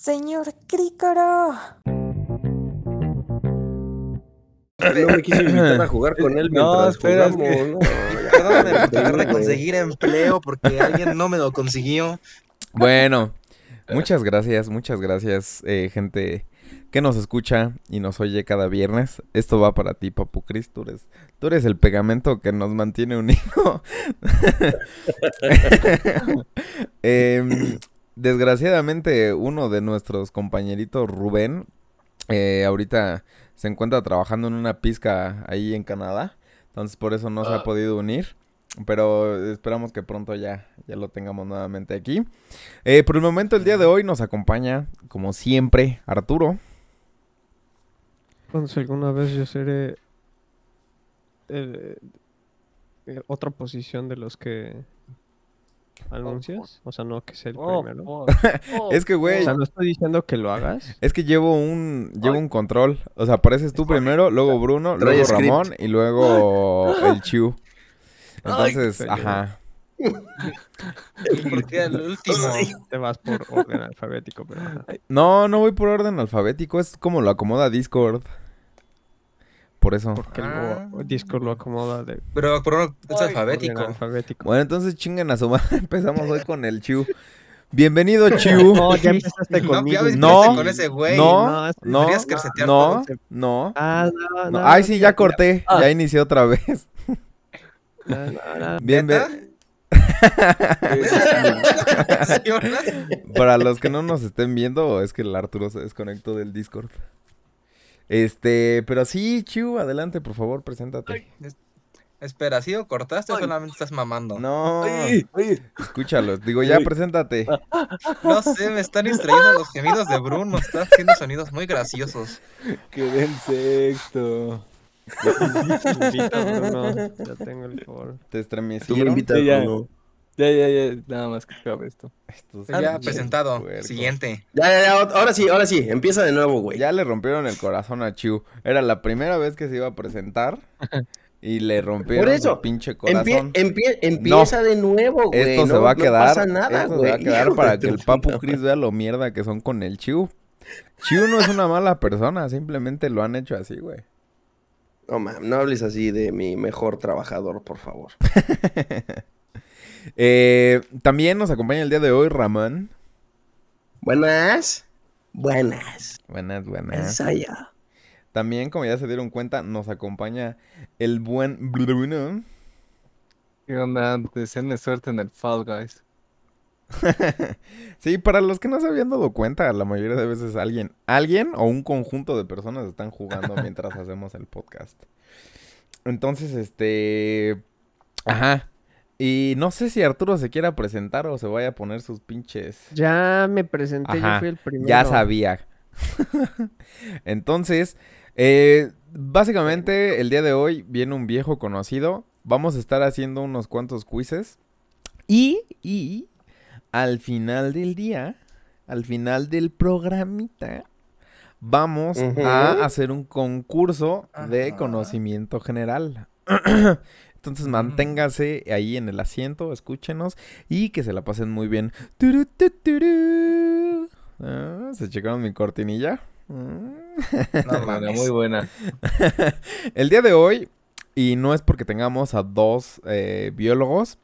Señor Crícaro. No me quise invitar a jugar con él mientras No, espera, es que- jugamos, ¿no? Ya. Perdóname por tratar de güey. conseguir empleo porque alguien no me lo consiguió. Bueno, muchas gracias, muchas gracias, eh, gente que nos escucha y nos oye cada viernes. Esto va para ti, Papu Cris. Tú eres, tú eres el pegamento que nos mantiene unidos. Em, desgraciadamente, uno de nuestros compañeritos, Rubén, eh, ahorita se encuentra trabajando en una pizca ahí en Canadá. Entonces, por eso no se ha Ah. podido unir. Pero esperamos que pronto ya, ya lo tengamos nuevamente aquí. Eh, por el momento, el día de hoy nos acompaña, como siempre, Arturo. Cuando si alguna vez yo seré el- eh, otra posición de los que anuncias, o sea, no que sea el primero. Oh. Es que, O güey, sea, no estoy diciendo que lo hagas. es que llevo un, llevo un control. O sea, apareces tú primero, luego Bruno, Trae luego script. Ramón y luego el Chu. Ay, Entonces, señor. ajá. Porque era el último. No, te vas por orden alfabético, pero ajá. No, no voy por orden alfabético, es como lo acomoda Discord. Por eso. porque Ah. lo, Discord lo acomoda de Pero por orden es orden alfabético. alfabético. Bueno, entonces chingan a su madre. Empezamos hoy con el Chu. Bienvenido, Chu. No, ya empezaste No, conmigo. ya ves No, con ese güey. No, no, es- no, deberías carcetear eh. no, todo el- no. Ah, no, no. no, Ay, sí, ya mira, corté. Ya inicié otra vez. no, no, no. ¿Ah? Bienvenido. Sí, ¿verdad? Para los que no nos estén viendo, es que el Arturo se desconectó del Discord. Este, pero sí, Chu, adelante, por favor, preséntate. Espera, ¿sí o cortaste o solamente estás mamando? No. No, escúchalo, digo, ya preséntate. sé, me están distrayendo los gemidos de Bruno. Está haciendo sonidos muy graciosos. Quedé en sexto. Invita, Bruno, ya tengo el favor. Te Tú me estremecieron. invitas, Sí, ya. Bruno. Ya, ya, ya, nada más que acabe esto. Estos Ah, Ya pinches presentado. puercos. Siguiente. Ya, ya, ya, ahora sí, ahora sí, empieza de nuevo, güey. Ya le rompieron el corazón a Chu. Era la primera vez que se iba a presentar y le rompieron Por eso, su pinche Empie- corazón. empie- empieza de nuevo, güey. Esto se no- va a no quedar. pasa nada, esto güey. se va a quedar Hijo para de que tu el Papu puta Cris vea lo mierda que son con el Chu. Chu no es una mala persona, simplemente lo han hecho así, güey. No, mam, no hables así de mi mejor trabajador, por favor. Eh, también nos acompaña el día de hoy Ramón. Buenas. Buenas. Buenas, buenas. Ensayo. También, como ya se dieron cuenta, nos acompaña el buen Bruno. ¿Qué onda? Deseanme suerte en el Fall Guys. Sí, para los que no se habían dado cuenta, la mayoría de veces alguien, alguien o un conjunto de personas están jugando mientras hacemos el podcast. Entonces, este... Ajá. Y no sé si Arturo se quiera presentar o se vaya a poner sus pinches... Ya me presenté, Ajá, yo fui el primero. Ya sabía. Entonces, eh, básicamente el día de hoy viene un viejo conocido. Vamos a estar haciendo unos cuantos quizzes. Y, y al final del día, al final del programita, vamos Ujú. a hacer un concurso de Ajá. conocimiento general. Entonces manténgase ahí en el asiento, escúchenos y que se la pasen muy bien. Turu, tu, turu. Ah, ¿Se checaron mi cortinilla? Mm. No Buena, mames. muy buena. El día de hoy, y no es porque tengamos a dos eh, biólogos,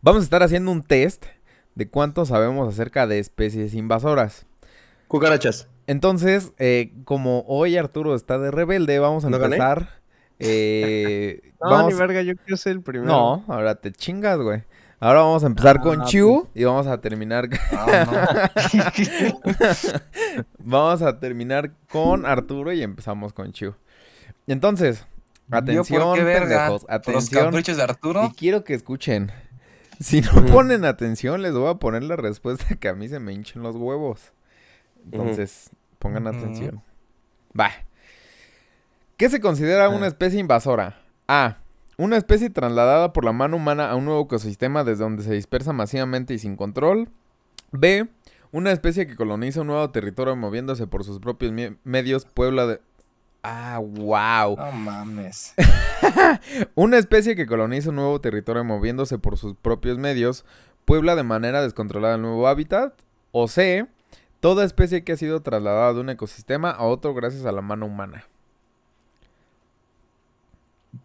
vamos a estar haciendo un test de cuánto sabemos acerca de especies invasoras. Cucarachas. Entonces, eh, como hoy Arturo está de rebelde, vamos a ¿No gané? empezar. eh, No, vamos- ni verga, yo quiero ser el primero. no, ahora te chingas, güey. Ahora vamos a empezar con Chu pues. y vamos a terminar Ah, no. Vamos a terminar con Arturo y empezamos con Chu. Entonces, Yo, ¿por atención, qué verga? pendejos, ¿Por los atención. caprichos de Arturo? Y quiero que escuchen. Si no ponen atención, les voy a poner la respuesta que a mí se me hinchen los huevos. Entonces, pongan Ujú. atención. Va. ¿Qué se considera una Ah. especie invasora? A. Una especie trasladada por la mano humana a un nuevo ecosistema desde donde se dispersa masivamente y sin control. B. Una especie que coloniza un nuevo territorio moviéndose por sus propios mie- medios, puebla de... Ah, wow. No mames. Una especie que coloniza un nuevo territorio moviéndose por sus propios medios, puebla de manera descontrolada el nuevo hábitat, o C, Toda especie que ha sido trasladada de un ecosistema a otro gracias a la mano humana.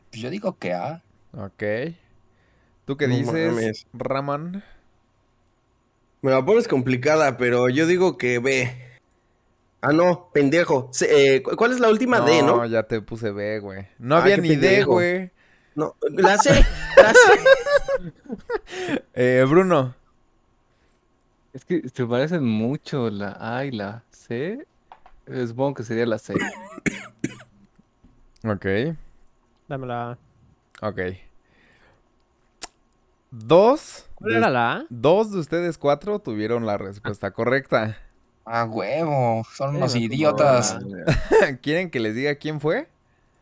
Pues yo digo que A. Ok. ¿Tú qué No dices, mames. Raman? Me la pones complicada, pero yo digo que B. Ah, no, pendejo. Se- eh, cu- ¿Cuál es la última D, no? ya te puse B, güey. No Ah, había qué ni D, pendejo. güey. No, la C. La C. Eh, Bruno. Es que se parecen mucho la A y la C. Eh, Supongo que sería la C. Ok. Dámela. Ok. Dos. ¿Cuál de- era la A? Dos de ustedes cuatro tuvieron la respuesta correcta. Ah, A huevo. Son unos Eh, Ah, Ah, idiotas. no, ¿Quieren que les diga quién fue?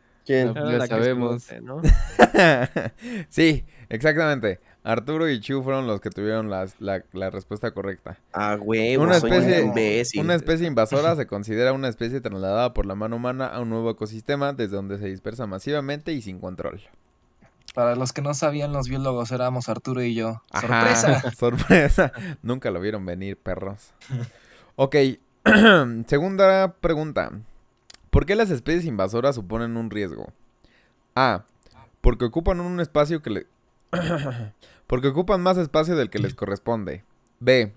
¿Quién? Era Ya la que sabemos. exploté, ¿no? sí, exactamente. Arturo y Chu fueron los que tuvieron las- la, la respuesta correcta. Ah, huevo, Una soy especie- un imbécil. Una especie invasora se considera una especie trasladada por la mano humana a un nuevo ecosistema desde donde se dispersa masivamente y sin control. Para los que no sabían, los biólogos éramos Arturo y yo. Ajá, ¡Sorpresa! Sorpresa. Nunca lo vieron venir, perros. Ok. Segunda pregunta. ¿Por qué las especies invasoras suponen un riesgo? A. Porque ocupan un espacio que le... porque ocupan más espacio del que les corresponde. B.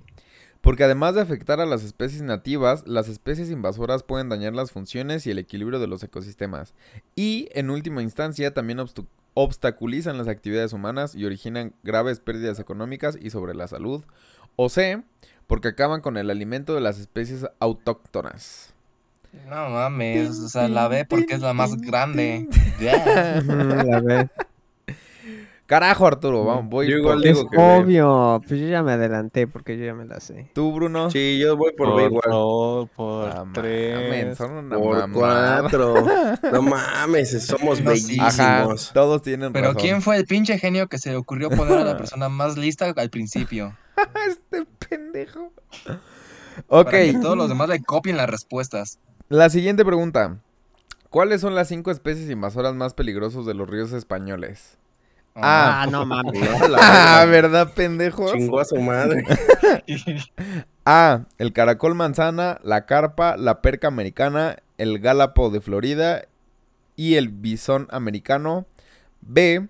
Porque además de afectar a las especies nativas, las especies invasoras pueden dañar las funciones y el equilibrio de los ecosistemas. Y, en última instancia, también obstu- obstaculizan las actividades humanas y originan graves pérdidas económicas y sobre la salud. O C, porque acaban con el alimento de las especies autóctonas. No mames. O sea, la B porque es la más grande. Ya. Mm, La B. Carajo, Arturo, vamos, voy Yo igual por- digo Es que B. obvio. Pues yo ya me adelanté porque yo ya me la sé. tú, Bruno. Sí, yo voy por B igual. favor, por Ah, mamen, tres. son una Por mamada. cuatro. No mames, somos No, sí. Ajá, bellísimos. todos tienen Pero razón. ¿quién fue el pinche genio que se le ocurrió poner a la persona más lista al principio? este pendejo? Ok, Para que todos los demás le copien las respuestas. la siguiente pregunta. ¿Cuáles son las cinco especies invasoras más peligrosas de los ríos españoles? Ah, Ah, no mames. No, la Ah, verga, ¿verdad, pendejos? Chingó a su madre. A. El caracol manzana, la carpa, la perca americana, el gálapo de Florida y el bisón americano. B.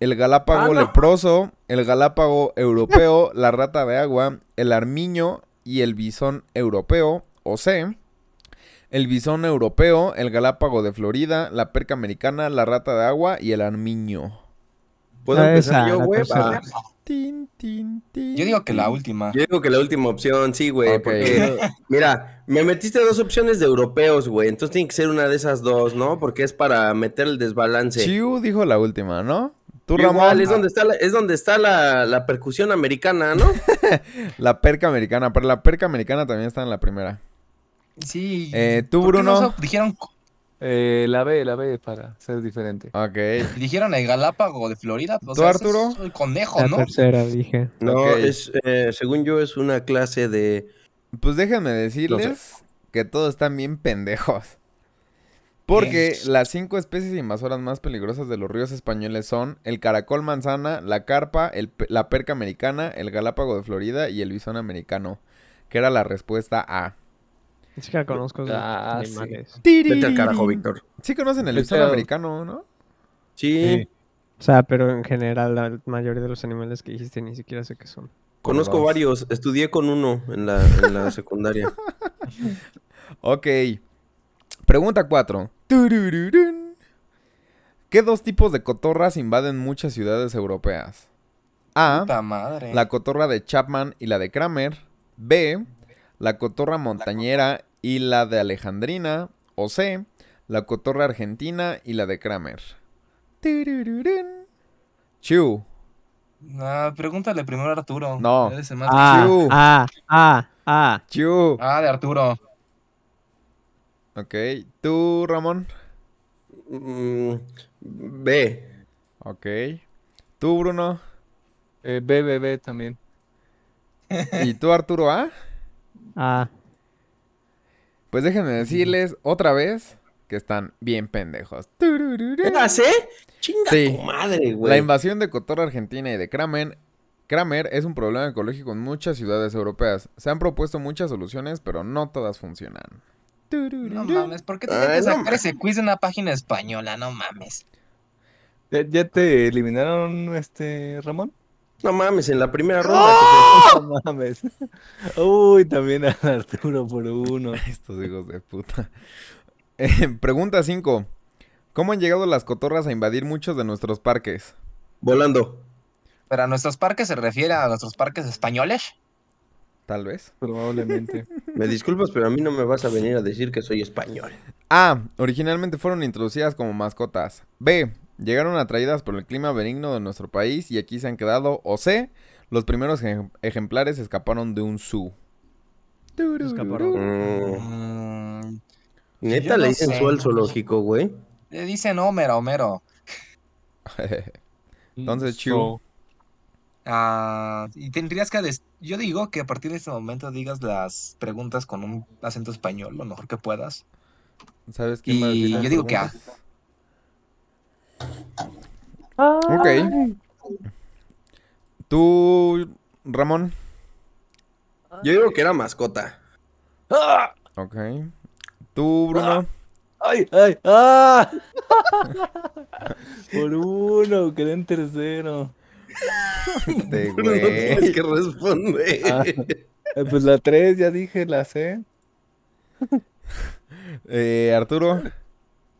El galápago Ah, leproso, el galápago europeo, la rata de agua, el armiño y el bisón europeo. O C. El bisón europeo, el galápago de Florida, la perca americana, la rata de agua y el armiño. ¿Puedo Ah, empezar esa, yo, la güey? tercera. Ah, Tin, tin, tin. Yo digo que la última. Yo digo que la última opción, sí, güey. Ok. Porque, mira, me metiste dos opciones de europeos, güey. Entonces tiene que ser una de esas dos, ¿no? Porque es para meter el desbalance. Chiu dijo la última, ¿no? Tú, Igual, Ramón. ah, es donde está la, es donde está la, la percusión americana, ¿no? La perca americana, pero la perca americana también está en la primera. Sí. Eh, tú, ¿por qué no Bruno? so- dijeron, Eh, la B, la B para ser diferente. Ok. dijeron el Galápago de Florida. O ¿Tú, sea, ese es Arturo? el conejo, La ¿no? tercera dije. No, Ok. es, eh, según yo, es una clase de. Pues déjenme decirles que todos están bien pendejos. Porque Yes. las cinco especies invasoras más peligrosas de los ríos españoles son el caracol manzana, la carpa, el pe- la perca americana, el galápago de Florida y el bisón americano. Que era la respuesta A. Ni siquiera conozco esos Ah, sí. animales. Vete al carajo, Víctor. Sí conocen el Vete bisón al- americano, ¿no? Sí, Sí. O sea, pero en general la mayoría de los animales que dijiste ni siquiera sé qué son. conozco Dos. varios. Estudié con uno en la, en la secundaria. Ok. Pregunta 4. ¿Qué dos tipos de cotorras invaden muchas ciudades europeas? A. Puta madre. La cotorra de Chapman y la de Kramer. B. La cotorra montañera y la de Alejandrina. O C. La cotorra argentina y la de Kramer. Turururún. Chu. Ah, pregúntale primero a Arturo. No. Eres el más- Ah, Chu. ah, ah, ah. Chu. Ah, de Arturo. Ok. ¿Tú, Ramón? Mm, B. Ok. ¿Tú, Bruno? Eh, B, B, B también. ¿Y tú, Arturo A? Ah, Pues déjenme decirles otra vez que están bien pendejos. Turururú. ¿Era C? Chinga Sí. tu madre, La güey. invasión de Cotorra Argentina y de Kramer Kramer es un problema ecológico en muchas ciudades europeas. Se han propuesto muchas soluciones, pero no todas funcionan. No mames, ¿por qué tenía Ay, que no sacar mames. ese quiz de una página española? No mames. ¿Ya, ya te eliminaron, este, Ramón? No mames, en la primera ronda. que No mames. Uy, también a Arturo por uno. Estos hijos de puta. Eh, pregunta 5. ¿Cómo han llegado las cotorras a invadir muchos de nuestros parques? fue. Volando. ¿Pero a nuestros parques se refiere a nuestros parques españoles? Tal vez. Probablemente. Me disculpas, pero a mí no me vas a venir a decir que soy español. A. Originalmente fueron introducidas como mascotas. B. Llegaron atraídas por el clima benigno de nuestro país y aquí se han quedado. O C. Los primeros ejem- ejemplares escaparon de un zoo. Escaparon. Mm, Mm, Neta yo le no dicen sé. su al zoológico, güey. le dicen Homero, Homero. Mm, Entonces, Chu. chivo Ah, y tendrías que... des- Yo digo que a partir de este momento digas las preguntas con un acento español, lo mejor que puedas. ¿Sabes quién va a Y decir las yo digo que A. preguntas? Ok. Tú, Ramón. Yo digo que era mascota. Ok. Tú, Bruno. ¡Ah! ¡Ay, ay, ah! Por uno, quedé en tercero. Este, Pero no tienes güey. que responder. Ah. Eh, pues la tres, ya dije, la C. Eh, Arturo.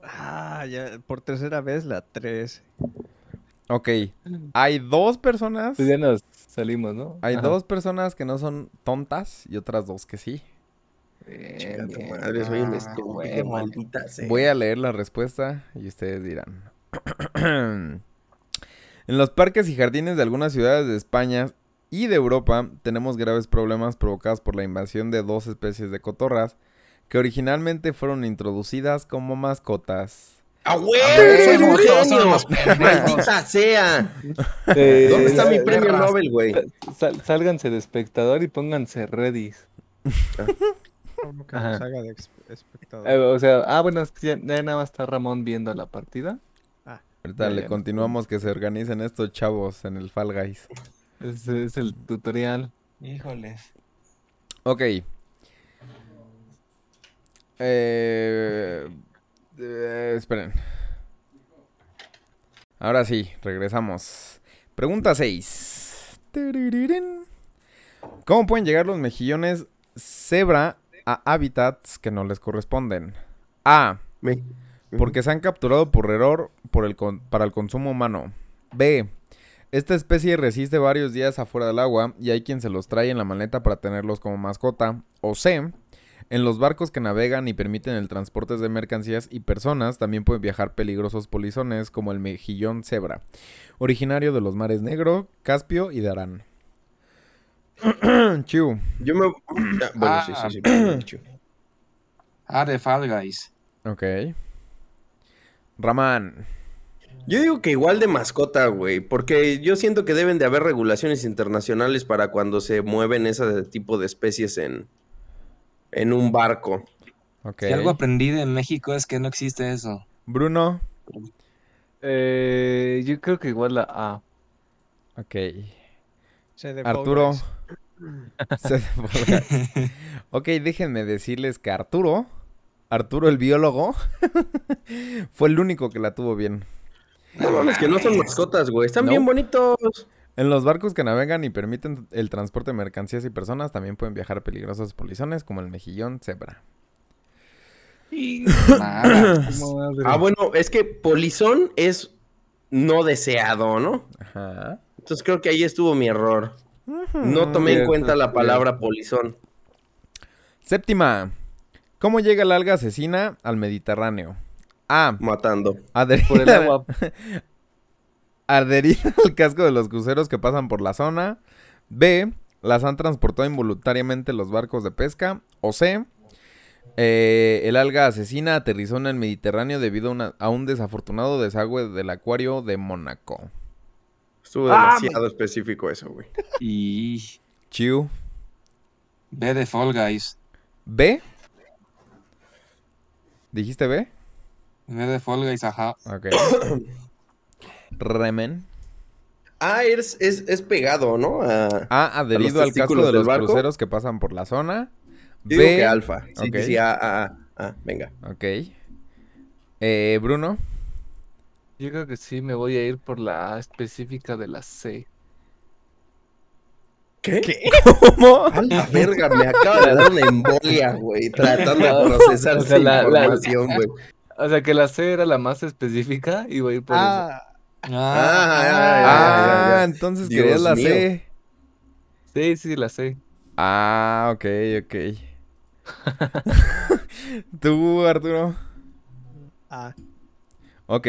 Ah, ya por tercera vez la 3. Ok. Hay dos personas. Pues ya nos salimos, ¿no? Hay Ajá. dos personas que no son tontas y otras dos que sí. Bien, Chinga tu bien. madre, soy un Ah, estúpido, huevo. maldita sea. Voy a leer la respuesta y ustedes dirán. en los parques y jardines de algunas ciudades de España y de Europa tenemos graves problemas provocados por la invasión de dos especies de cotorras que originalmente fueron introducidas como mascotas. ¡A Ah, huevo, ¡Soy un todos ¡Ah, genio! somos pendejos. ¡Maldita sea! Eh, ¿Dónde está mi de premio raza. Nobel, güey? sal- sálganse de espectador y pónganse readies. Como que Ajá. nos haga de ex- Eh, espectador. o sea, ah, bueno, es que ya, ya nada más está Ramón viendo la partida. Ahorita Ya, le ya nos continuamos que se organicen estos chavos en el Fall Guys. Ese es el tutorial. Híjoles. Ok. Eh, eh, esperen. Ahora sí, regresamos. Pregunta 6. ¿Cómo pueden llegar los mejillones cebra a hábitats que no les corresponden? A. Me- Porque se han capturado por error por el con- para el consumo humano. B. Esta especie resiste varios días afuera del agua y hay quien se los trae en la maleta para tenerlos como mascota. O C. En los barcos que navegan y permiten el transporte de mercancías y personas también pueden viajar peligrosos polizones como el mejillón cebra, originario de los mares Negro, Caspio y Darán. Chiu. Yo me... Ah, bueno, sí, sí, sí. perdón, chido. Ah, de Fall Guys. Ok. Ramán. Yo digo que igual de mascota, güey, porque yo siento que deben de haber regulaciones internacionales para cuando se mueven ese tipo de especies en, en un barco. Ok. Si algo aprendí de México es que no existe eso. Bruno. Eh, yo creo que igual la Ah, A. Ok. Se de Arturo. pobres. Se de pobres. ok, déjenme decirles que Arturo, Arturo el biólogo, fue el único que la tuvo bien. No mames, que no son mascotas, güey. Están No. bien bonitos. En los barcos que navegan y permiten el transporte de mercancías y personas también pueden viajar peligrosos polizones como el mejillón cebra. Nada. Madre. Ah, bueno, es que polizón es no deseado, ¿no? Ajá. Entonces creo que ahí estuvo mi error. No tomé en Cierto, cuenta la cierto. palabra polizón. Séptima. ¿Cómo llega la alga asesina al Mediterráneo? A. Matando. Adherida, Por el agua. adherida al casco de los cruceros que pasan por la zona. B. Las han transportado involuntariamente los barcos de pesca. O C. eh, el alga asesina aterrizó en el Mediterráneo debido a, una- a un desafortunado desagüe del acuario de Mónaco. Estuvo demasiado específico eso, güey. Y Chiu. ve de Fall Guys. ¿B? ¿Dijiste B? Ve de Fall Guys, ajá. Ok. Remen. Ah, es, es, es pegado, ¿no? A- A, adherido al casco testículos de del los barco? cruceros que pasan por la zona. yo digo que B, alfa. Sí, ok. sí, sí, ah, ah, ah, ah, venga. Ok. Eh, Bruno. Yo creo que sí, me voy a ir por la A específica de la C. ¿Qué? ¿Cómo? A la verga, me acaba de dar una embolia, güey, tratando de procesar O sea, esa la- la- información, güey. O sea, que la C era la más específica y voy a ir por esa. Ah, Ah, ya, ya. entonces Dios querías la mío. C. Sí, sí, la C. Ah, ok, ok. Tú, Arturo. Ah, Ok.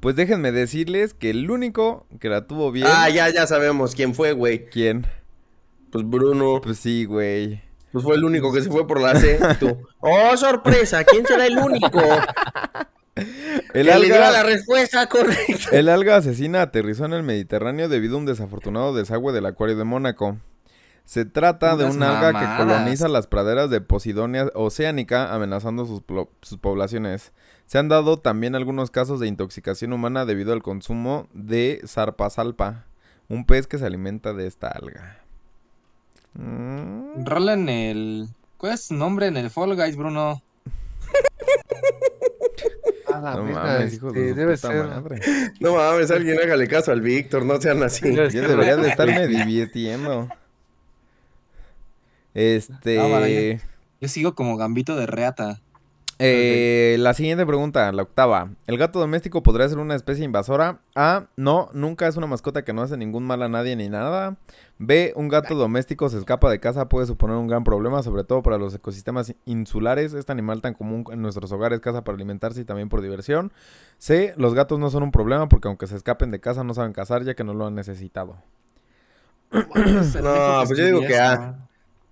Pues déjenme decirles que el único que la tuvo bien. Ah, ya, ya sabemos quién fue, güey. ¿Quién? Pues Bruno. Pues sí, güey. Pues fue el único que se fue por la C. y Tú. ¡Oh, sorpresa! ¿Quién será el único? El que le dio alga, la respuesta correcta. el alga asesina aterrizó en el Mediterráneo debido a un desafortunado desagüe del acuario de Mónaco. Se trata de Unas un alga que mamadas. coloniza las praderas de Posidonia Oceánica, amenazando sus, plo- sus poblaciones. Se han dado también algunos casos de intoxicación humana debido al consumo de zarpasalpa, un pez que se alimenta de esta alga. Mm. Rola en el. ¿Cuál es su nombre en el Fall Guys, Bruno? Ah, la No verga, mames, hijo de este, su debe puta ser. madre. No mames, alguien hágale caso al Víctor, no sean así. debe Yo ser debería la- de estarme divirtiendo. Ah, Este. vale. Yo sigo como gambito de reata. eh, la siguiente pregunta, la octava. ¿El gato doméstico podría ser una especie invasora? A. No, nunca es una mascota que no hace ningún mal a nadie ni nada. B. Un gato doméstico se escapa de casa puede suponer un gran problema, sobre todo para los ecosistemas insulares. Este animal tan común en nuestros hogares caza para alimentarse y también por diversión. C. Los gatos no son un problema porque aunque se escapen de casa no saben cazar ya que no lo han necesitado. No, pues yo digo que A.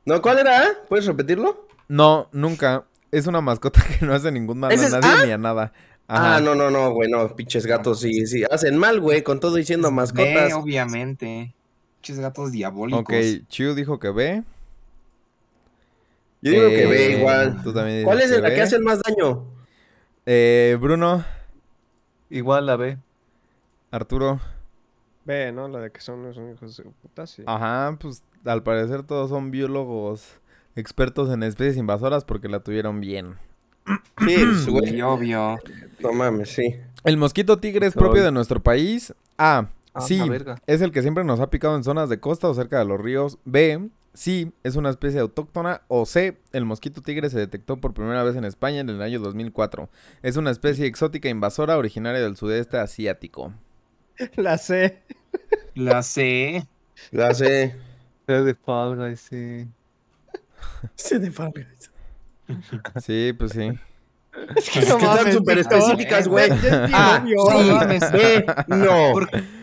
No, ¿cuál era? ¿Puedes repetirlo? No, nunca. Es una mascota que no hace ningún mal a ¿Ese es nadie ni a nada. Ajá. Ah, no, no, no, güey, no, pinches gatos, sí, sí, hacen mal, güey, con todo diciendo mascotas. B, obviamente. Muchos gatos diabólicos. Ok, Chiu dijo que ve. Yo digo que Eh, B igual. Tú también dices ¿Cuál es la ve. que hacen más daño? Eh, Bruno, Igual la B. Arturo. ve, ¿no? La de que son unos hijos de puta, sí. Ajá, pues al parecer todos son biólogos expertos en especies invasoras porque la tuvieron bien. Sí, Y güey, obvio. no mames, sí. El mosquito tigre es Soy. propio de nuestro país. A. Ah, Sí, la verga. es el que siempre nos ha picado en zonas de costa o cerca de los ríos. B. Sí, es una especie autóctona. O C. El mosquito tigre se detectó por primera vez en España en el año 2004. Es una especie exótica invasora originaria del sudeste asiático. La C. La C. La C. C de Fall Guys, sí. C de Fabregas. Sí, pues sí. Es que están súper específicas, güey. Ah, No sí, mames. B, no. ¿Por C.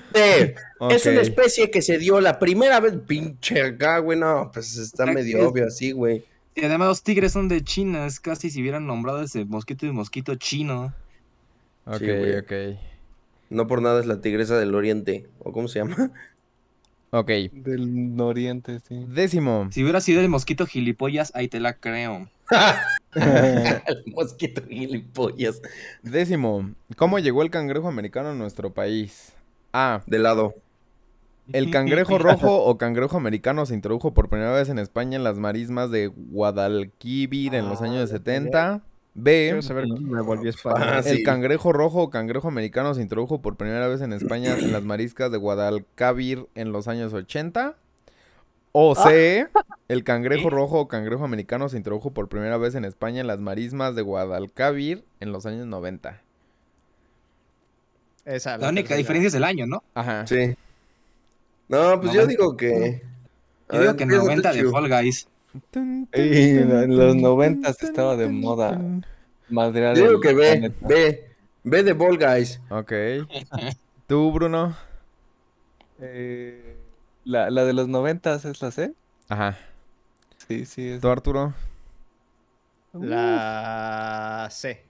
Es una Ok. especie que se dio la primera vez. Pinche acá, güey, no, pues está Exacto. medio obvio así, güey. Y además los tigres son de China. Es casi si hubieran nombrado ese mosquito de mosquito chino. Ok, Sí, güey. ok. No por nada es la tigresa del oriente, o cómo se llama. Ok. Del Noriente, sí. Décimo. Si hubiera sido el mosquito gilipollas, ahí te la creo. El mosquito gilipollas. Décimo. ¿Cómo llegó el cangrejo americano a nuestro país? A. De lado. El cangrejo rojo o cangrejo americano se introdujo por primera vez en España en las marismas de Guadalquivir en los años 70. B. Quiero saber cómo me volví Ah, español. sí. El cangrejo rojo o cangrejo americano se introdujo por primera vez en España en las mariscas de Guadalquivir en los años 80. O C. El cangrejo rojo o cangrejo americano se introdujo por primera vez en España en las marismas de Guadalquivir en los años 90. Esa, La única tercera. diferencia es el año, ¿no? Ajá. Sí. No, pues yo Noventa. digo que. Yo digo que en 90 de Fall Guys. Tun, tun, Y en tun, los tun, 90 tun, estaba de tun, moda. tun. Madrear Yo digo el que B, planeta. B, B de Ball Guys. Ok. ¿Tú, Bruno? Eh, la, la de los noventas es la C. Ajá. Sí, sí, es. ¿Tú, Arturo? La C.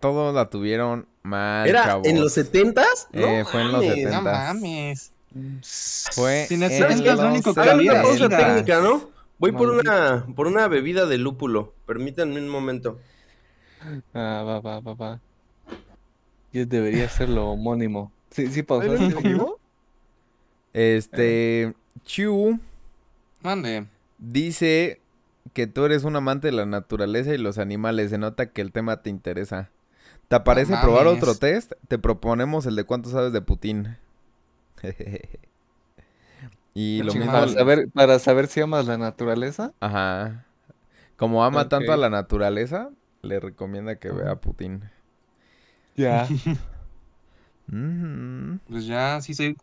Todos la tuvieron mal, Era chavos. en los 70s? Eh, fue en los mames. 70s. No mames. Fue Sin en accidentes, lo los único que A ver, una Había pausa 70s. ventas. técnica, ¿no? Voy por Maldito. una, por una bebida de lúpulo. Permítanme un momento. Ah, va, va, va, va. Yo debería ser lo homónimo. Sí, sí, pausaste. Este. Chu Mande. dice que tú eres un amante de la naturaleza y los animales. Se nota que el tema te interesa. ¿Te aparece probar mames. otro test? Te proponemos el de cuánto sabes de Putin. y lo mismo. Para saber, para saber si amas la naturaleza. Ajá. Como ama tanto a Ok. la naturaleza, le recomienda que vea a Putin. Ya. Ujú. Pues ya, sí soy.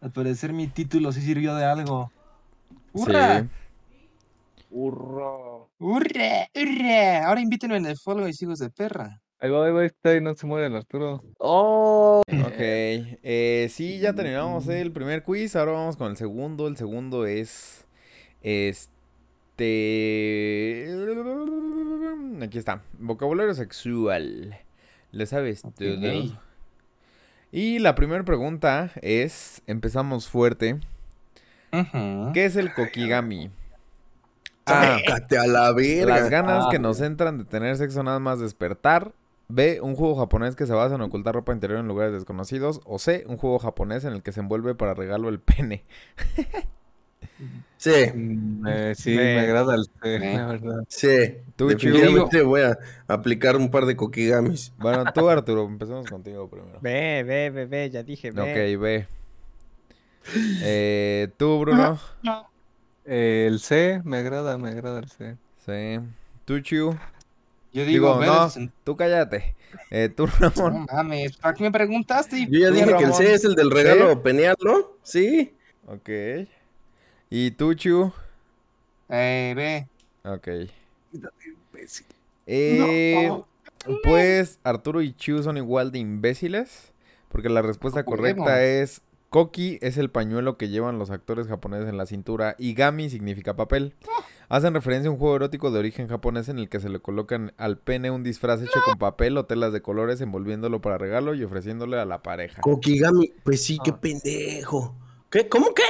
Al parecer mi título sí sirvió de algo. ¡Hurra! Sí. ¡Hurra! ¡Hurra! Ahora invítenme en el follow, mis hijos de perra. Ahí va, ahí va, ahí está y no se muere el Arturo. Ok, eh, sí, ya terminamos el primer quiz, ahora vamos con el segundo. El segundo es este... Aquí está, vocabulario sexual. Lo sabes todo. Ok. Y la primera pregunta es, empezamos fuerte, Ujú. ¿qué es el kokigami? A, Sácate a la verga. las ganas que nos entran de tener sexo nada más despertar. B, un juego japonés que se basa en ocultar ropa interior en lugares desconocidos. O C, un juego japonés en el que se envuelve para regalo el pene. Sí, Mm, eh, sí, Ve. me agrada el té, Ve. la verdad. sí. Tú, Definitivamente voy a aplicar un par de kokigamis. Bueno, tú Arturo, empecemos contigo primero. Ve, ve, ve, ve, ya dije, ve. Ok, B. Eh, tú, Bruno. Eh, el C, me agrada, me agrada el C. Sí. Tú, Chiu. Yo digo, Digo, ver, no, sen- tú cállate. Eh, tú, Ramón. no mames, ¿para qué me preguntaste? Yo ya Tú, dije que el Ramón. C es el del regalo peneal, ¿no? Sí. Ok. Y tú, Chiu. Eh, ve. Ok. Eh, Pues Arturo y Chu son igual de imbéciles. Porque la respuesta A correcta huevo. es Koki es el pañuelo que llevan los actores japoneses en la cintura y Gami significa papel. Hacen referencia a un juego erótico de origen japonés en el que se le colocan al pene un disfraz hecho con papel o telas de colores envolviéndolo para regalo y ofreciéndole a la pareja. Kokigami, pues sí, qué pendejo. ¿Qué? ¿Cómo qué?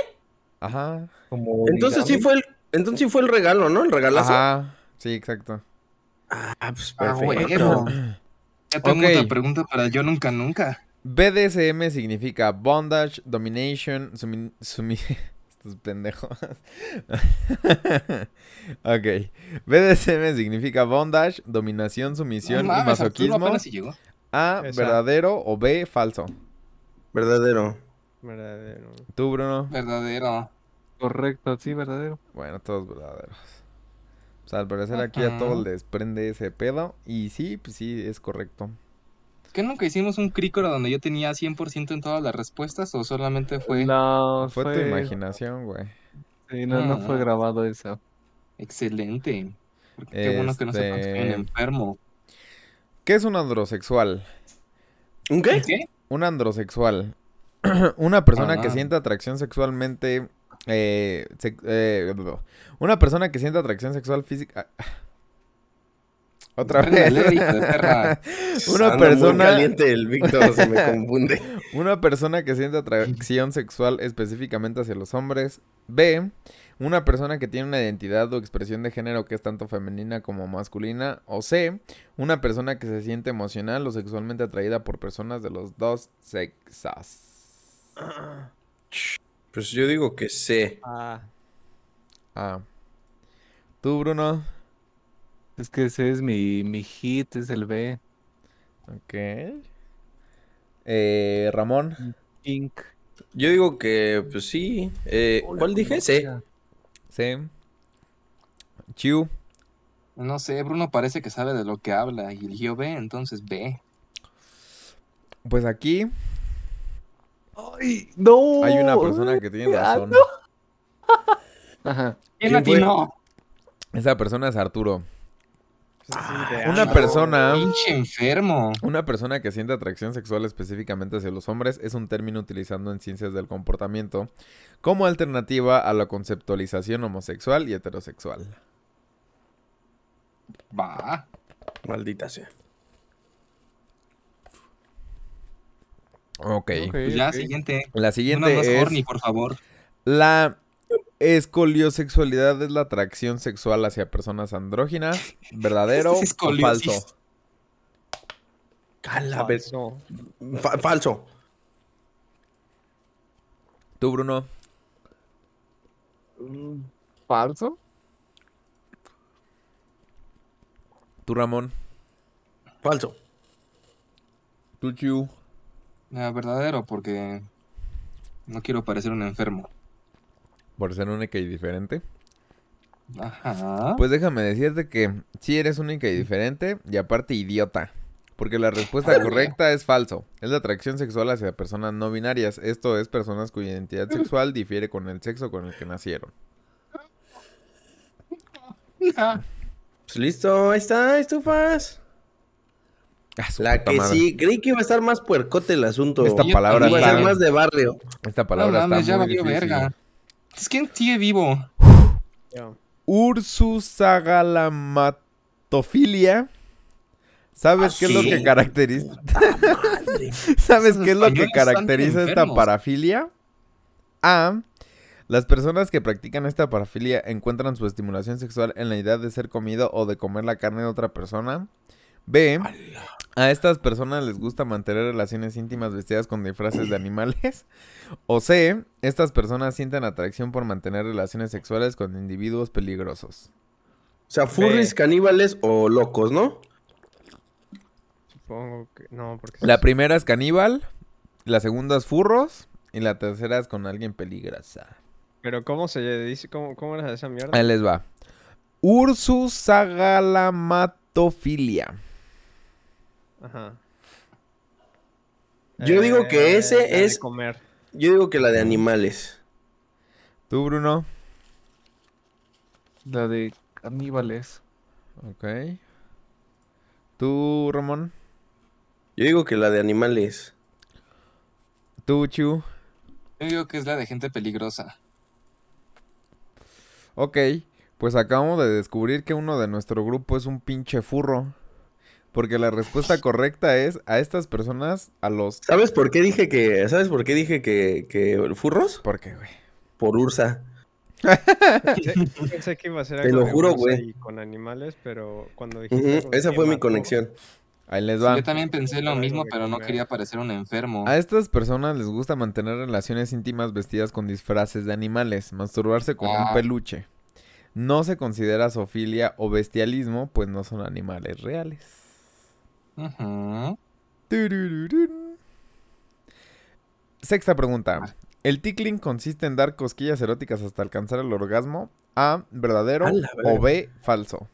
Ajá. Como Entonces sí origami. fue el, entonces sí fue el regalo, ¿no? El regalazo. Ajá. Sí, exacto. Ah, pues A perfecto. huevo. Ya tengo Ok. otra pregunta para yo nunca, nunca. BDSM significa bondage, domination, sumi... sumi- Estos pendejos. ok. BDSM significa bondage, dominación, No sumisión y mames, Arturo masoquismo. apenas si llegó. A, Esa. verdadero o B, falso. Verdadero. Verdadero. Tú, Bruno. Verdadero. Correcto, sí, verdadero. Bueno, todos verdaderos. O sea, al parecer aquí a todos les prende ese pedo. Y sí, pues sí, es correcto. ¿Qué nunca hicimos un crícora donde yo tenía 100% en todas las respuestas o solamente fue No, Fue tu imaginación, güey. sí, no, no fue Ah. grabado eso. excelente? Porque qué bueno que no sepan que soy un Este, enfermo. ¿Qué es un androsexual? ¿Un ¿Eh? qué? ¿Qué? Un androsexual. Una persona que Ah. siente atracción sexualmente. eh, sex- eh, blu. una persona que siente atracción sexual física. Otra Aprende a vez. leer, hijo de perra. Una Anda muy persona- caliente el Víctor, se me confunde. Una persona que siente atracción sexual específicamente hacia los hombres. B. Una persona que tiene una identidad o expresión de género que es tanto femenina como masculina. O C. Una persona que se siente emocional o sexualmente atraída por personas de los dos sexos. Pues yo digo que C. Ah. Ah. Tú, Bruno. Es que ese es mi, mi hit, es el B. Ok. Eh, Ramón. Pink. Yo digo que, pues sí. Eh, ¿Cuál dije? C. Sí. Chiu. No sé, Bruno parece que sabe de lo que habla y eligió B, entonces B. Pues aquí ¡Ay! ¡No! hay una persona que tiene Oh, ah, razón. Ajá. ¿Quién ¿Quién fue? atinó? Esa persona es Arturo. Ah, Una no. persona. Pinche enfermo. Una persona que siente atracción sexual específicamente hacia los hombres es un término utilizando en ciencias del comportamiento como alternativa a la conceptualización homosexual y heterosexual. Va. Maldita sea. Ok. Ok, Pues ya, ok. siguiente. La Una siguiente más es. horny, por favor. La escoliosexualidad es la atracción sexual hacia personas andróginas, verdadero Es o escoliosis. falso. Calaver- No. fa- falso. Tú, Bruno. Mm, ¿Falso? Tú, Ramón. Falso. Tú, Chiu. Ah, verdadero, porque no quiero parecer un enfermo. Por ser única y diferente. Ajá. Pues déjame decirte que sí eres única y diferente y aparte idiota. Porque la respuesta correcta es falso. Es la atracción sexual hacia personas no binarias. Esto es personas cuya identidad sexual difiere con el sexo con el que nacieron. Pues listo, ahí está, estufas. Ah, su La puta que madre. sí, creí que iba a estar más puercote el asunto. Esta Yo palabra Iba a está, ser más de barrio. esta palabra No mames, está ya muy valió difícil. verga. Es que sigue vivo. Ursusagalamatofilia. ¿Sabes qué es lo que sí. caracteriza? ¿Sabes Esos qué es lo que españoles están caracteriza esta enfermos. parafilia? A. Las personas que practican esta parafilia encuentran su estimulación sexual en la idea de ser comido o de comer la carne de otra persona. B. A estas personas les gusta mantener relaciones íntimas vestidas con disfraces de animales. O C. Estas personas sienten atracción por mantener relaciones sexuales con individuos peligrosos. O sea, furries, caníbales o locos, ¿no? Supongo que. No, porque. La primera es caníbal, la segunda es furros y la tercera es con alguien peligrosa. Pero ¿cómo se le dice? ¿Cómo, cómo era esa mierda? Ahí les va. Ursus sagalamatofilia. Ajá. Yo digo que ese la de es- comer. Yo digo que la de animales. ¿Tú, Bruno? La de caníbales. Ok. ¿Tú, Ramón? Yo digo que la de animales. ¿Tú, Chu? Yo digo que es la de gente peligrosa. Ok, pues acabamos de descubrir que uno de nuestro grupo es un pinche furro. Porque la respuesta correcta es a estas personas, a los... ¿Sabes por qué dije que. ¿Sabes por qué dije que. que furros? ¿Por qué, güey? Por Ursa. Yo pensé que iba a ser Te algo lo de juro, bolsa güey. y con animales, pero cuando Ujú, dijiste. algo de Esa fue mi quemar, conexión. Ahí les Pues va. Yo también pensé lo Algo mismo, de pero no comer. quería parecer un enfermo. A estas personas les gusta mantener relaciones íntimas vestidas con disfraces de animales, masturbarse con un Ah. peluche. No se considera sofilia o bestialismo, pues no son animales reales. Ujú. Turururún. Sexta pregunta. ¿El tickling consiste en dar cosquillas eróticas hasta alcanzar el orgasmo? A, verdadero A la o verga. B, falso.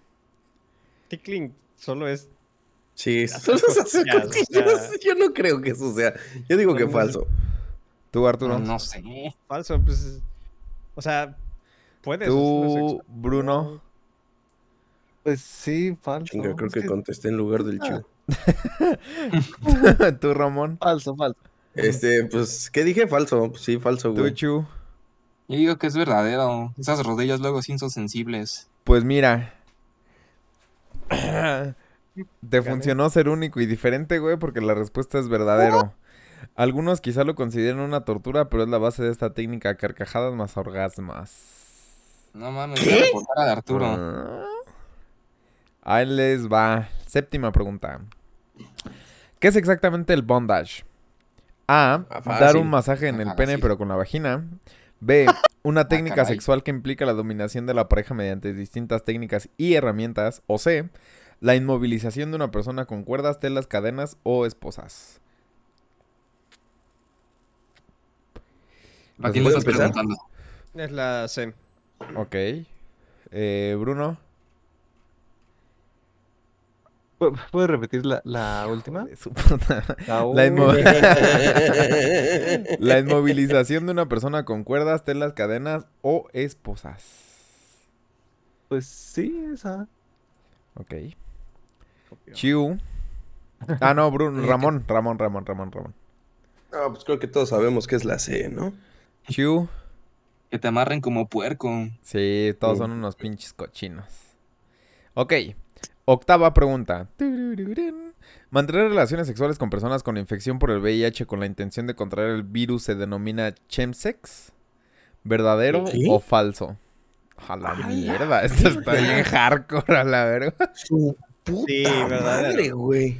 Tickling solo es. Sí, Hacer solo se hace cosquillas, o cosquillas. sea. Yo no creo que eso sea. Yo digo que falso. Tú, Arturo. No sé. Falso, pues. O sea, puedes. es una Tú, sexual. Bruno. Pues sí, falso. Chinga, creo Es que contesté en lugar del chivo. Tú, Ramón. Falso, falso. Este, pues, ¿qué dije? Falso. Pues Sí, falso, Tú, güey. Chu. Yo digo que es verdadero. Esas rodillas luego sí son sensibles. Pues mira. Te Gané. funcionó ser único y diferente, güey, porque la respuesta es verdadero. Algunos quizá lo consideren una tortura, pero es la base de esta técnica, carcajadas más orgasmas. No mames, voy a reportar a Arturo. Ah. Ahí les va. Séptima pregunta. ¿Qué es exactamente el bondage? A. Ah, Dar fácil. un masaje en el Ah, pene sí. Ah, pero con la vagina. B. Una técnica caray. sexual que implica la dominación de la pareja mediante distintas técnicas y herramientas. O C. La inmovilización de una persona con cuerdas, telas, cadenas o esposas. ¿A quién le ¿Puedo estás empezar? preguntando? Es la C. Ok. Eh, Bruno. ¿Pu- ¿Puedes repetir la, la última? Su puta- La, La última. inmo- La inmovilización de una persona con cuerdas, telas, cadenas o esposas. Pues sí, esa. Ok. Chiu. Ah, no, Bruno. Ramón, Ramón, Ramón, Ramón, Ramón. Ah, pues creo que todos sabemos que es la C, ¿no? Chiu. Que te amarren como puerco. Sí, todos son unos pinches cochinos. Ok. Octava pregunta. Turururún. Mantener relaciones sexuales con personas con infección por el VIH con la intención de contraer el virus se denomina chemsex. ¿Verdadero ¿Qué? o falso? A la mierda, esto está bien hardcore a la verga. Su puta Sí, verdadero. madre, güey.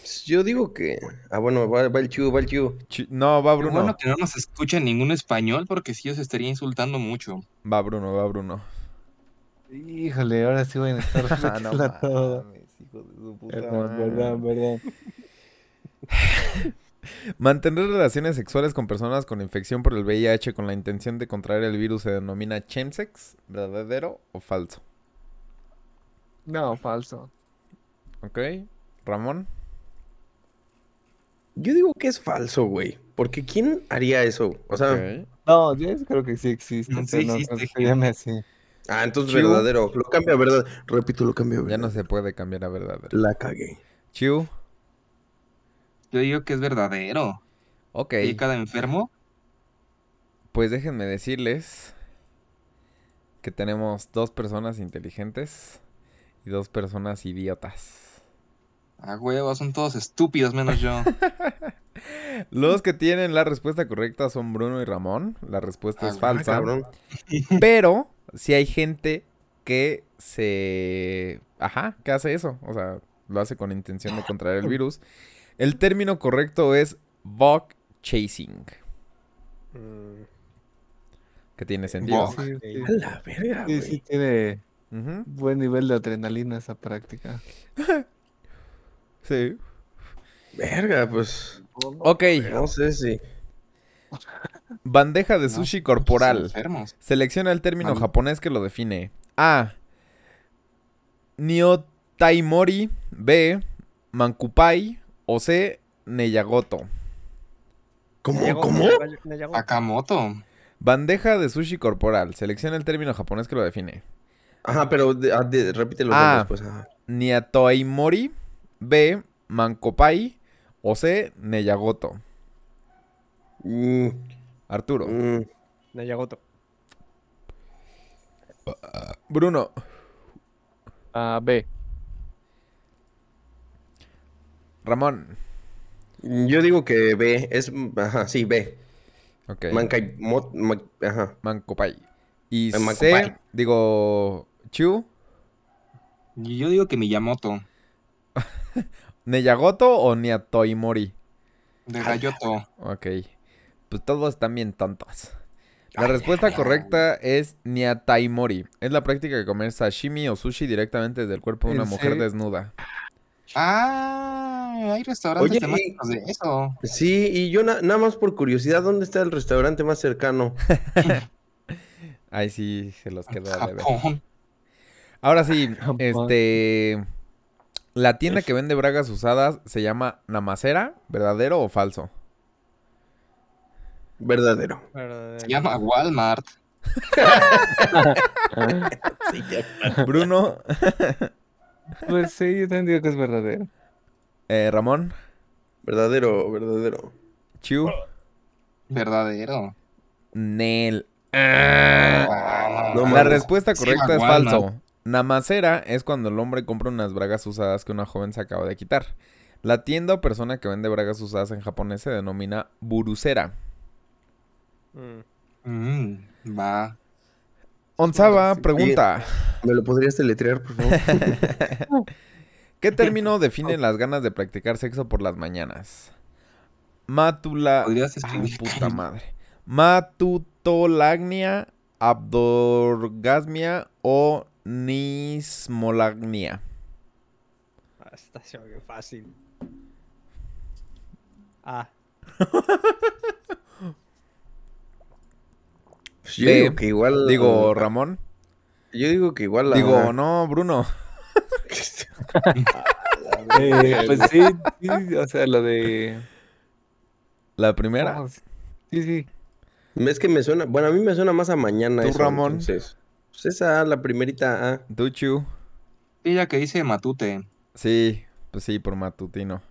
pues, Yo digo que. Ah, bueno, va, va el Chu, va el Chu. Chi- No, va Qué Bruno. bueno que no nos escucha ningún español porque sí os estaría insultando mucho. Va Bruno, va Bruno. Híjole, ahora sí voy este a necesitar Ah, no repetirla toda. mames, hijo de su puta Perdón, madre. perdón, perdón. Mantener relaciones sexuales con personas con infección por el VIH con la intención de contraer el virus se denomina chemsex, verdadero o falso. No, falso. ¿Ok? Ramón. Yo digo que es falso, güey. Porque ¿quién haría eso? O sea, Ok. No, yo es- creo que sí existe. Mm, Sí pero no este creo existe, que se llame así. ah, entonces Chu. verdadero. Lo cambia, a ¿verdad? Repito, lo cambia, a Ya ¿verdad? no se puede cambiar a verdadero. La cagué. Chiu. Yo digo que es verdadero. Ok. Y cada enfermo, Pues déjenme decirles que tenemos dos personas inteligentes y dos personas idiotas. a huevo, son todos estúpidos menos yo. Los que tienen la respuesta correcta son Bruno y Ramón. La respuesta Ah, es güey, falsa. Cabrón. Pero si hay gente que se... Ajá, que hace eso. O sea, lo hace con intención de contraer el virus. El término correcto es bug chasing. Que tiene sentido. Mm. Bug. Sí, sí, A la verga, sí, güey. sí tiene Ujú, buen nivel de adrenalina esa práctica. Sí. Verga, pues. Ok. No sé si. Bandeja de No, sushi Son corporal. enfermos. Selecciona el término Vale. japonés que lo define. A. Niotaimori. B. Mankupai. O C. Neyagoto. ¿Cómo? Neyago- ¿Cómo? Neyago- Neyago- Sakamoto. Bandeja de sushi corporal. Selecciona el término japonés que lo define. Ajá, pero de- ah, de- repite los Ah. nombres, pues. ajá. Niotaimori. B. Mankupai. O C. Neyagoto. Mm, Arturo. mm. Neyagoto. Bruno. Ah, B. Ramón. Yo digo que B. Es. Ajá, sí, B. Ok. Manca- mo- ma- ajá. Mankupai. Y C. Eh, Mankupai. Digo. Chu. Y Yo digo que Miyamoto. Neyagoto o Niatoimori. De Rayoto. Ok. Pues todos están bien tontos. La respuesta correcta es Niataimori. Es la práctica de comer sashimi o sushi directamente desde el cuerpo de ¿En una mujer serio? desnuda. Ah, hay restaurantes Oye, temáticos de eso. Sí, y yo na- nada más por curiosidad, ¿dónde está el restaurante más cercano? Ahí sí se los quedó a deber. Japón. Ahora sí, Japón. este. La tienda que vende bragas usadas se llama Namacera, ¿verdadero o falso? Verdadero. Se llama Walmart. Bruno, Pues sí, yo también digo que es verdadero. eh, Ramón, Verdadero, verdadero. Chiu, Verdadero. Nel. Ah, No La mames. respuesta Sí, correcta es Walmart. falso. Namacera es cuando el hombre compra unas bragas usadas que una joven se acaba de quitar. La tienda o persona que vende bragas usadas en japonés se denomina burusera. Mm. Mm, va. Onzaba Sí. pregunta. ¿Me lo podrías deletrear, por favor? ¿Qué Oh. término define las ganas de practicar sexo por las mañanas? Matula... Podrías Ah, escribir. puta madre. Matutolagnia, abdorgasmia o nismolagnia. Ah, Está se ve bien fácil. Ah, Pues yo B. digo que igual. Digo, Ramón. Yo digo que igual. la- Digo, no, Bruno. Eh, pues sí, sí, o sea, lo de. La Oh, primera. Vamos. Sí, sí. Es que me suena. Bueno, a mí me suena más a mañana. Tú, eso, Ramón. entonces. Pues esa, la primerita A. Duchu. Ella que dice Matute. Sí, pues sí, por matutino.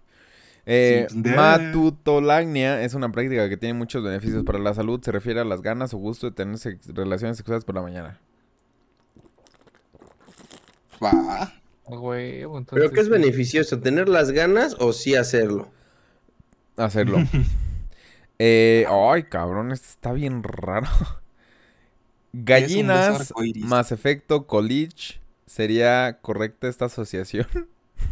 Eh, Sí, de- matutolagnia es una práctica que tiene muchos beneficios para la salud. Se refiere a las ganas o gusto de tener sex- relaciones sexuales por la mañana. Va. A Huevo, Pero ¿qué es entonces sí. beneficioso? ¿Tener las ganas o sí hacerlo? Hacerlo. Eh, ay, cabrón, este está bien raro. Gallinas arcoíris. más efecto colich. ¿Sería correcta esta asociación?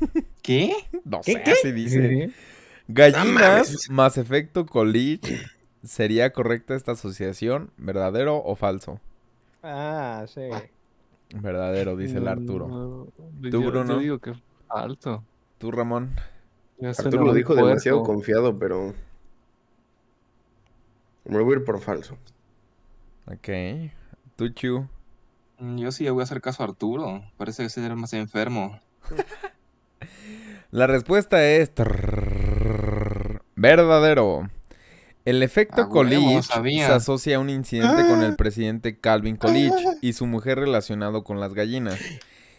¿Qué? No ¿Qué, sé, qué? así dice. Gallinas más efecto Colich. ¿Sería correcta esta asociación? ¿Verdadero o falso? Ah, sí. Verdadero, dice el Arturo. No, yo- Tú, yo Bruno. digo que alto. ¿Tú, Ramón? Ya suena Arturo lo muy dijo demasiado puerco. confiado, pero. Me voy a ir por falso. Ok. ¿Tú, Chu? Mm, Yo sí le voy a hacer caso a Arturo. Parece que ese era el más enfermo. La respuesta es... Verdadero. El A efecto huevo, Colich se sabía. asocia a un incidente con Ah. el presidente Calvin Colich y su mujer relacionado con las gallinas.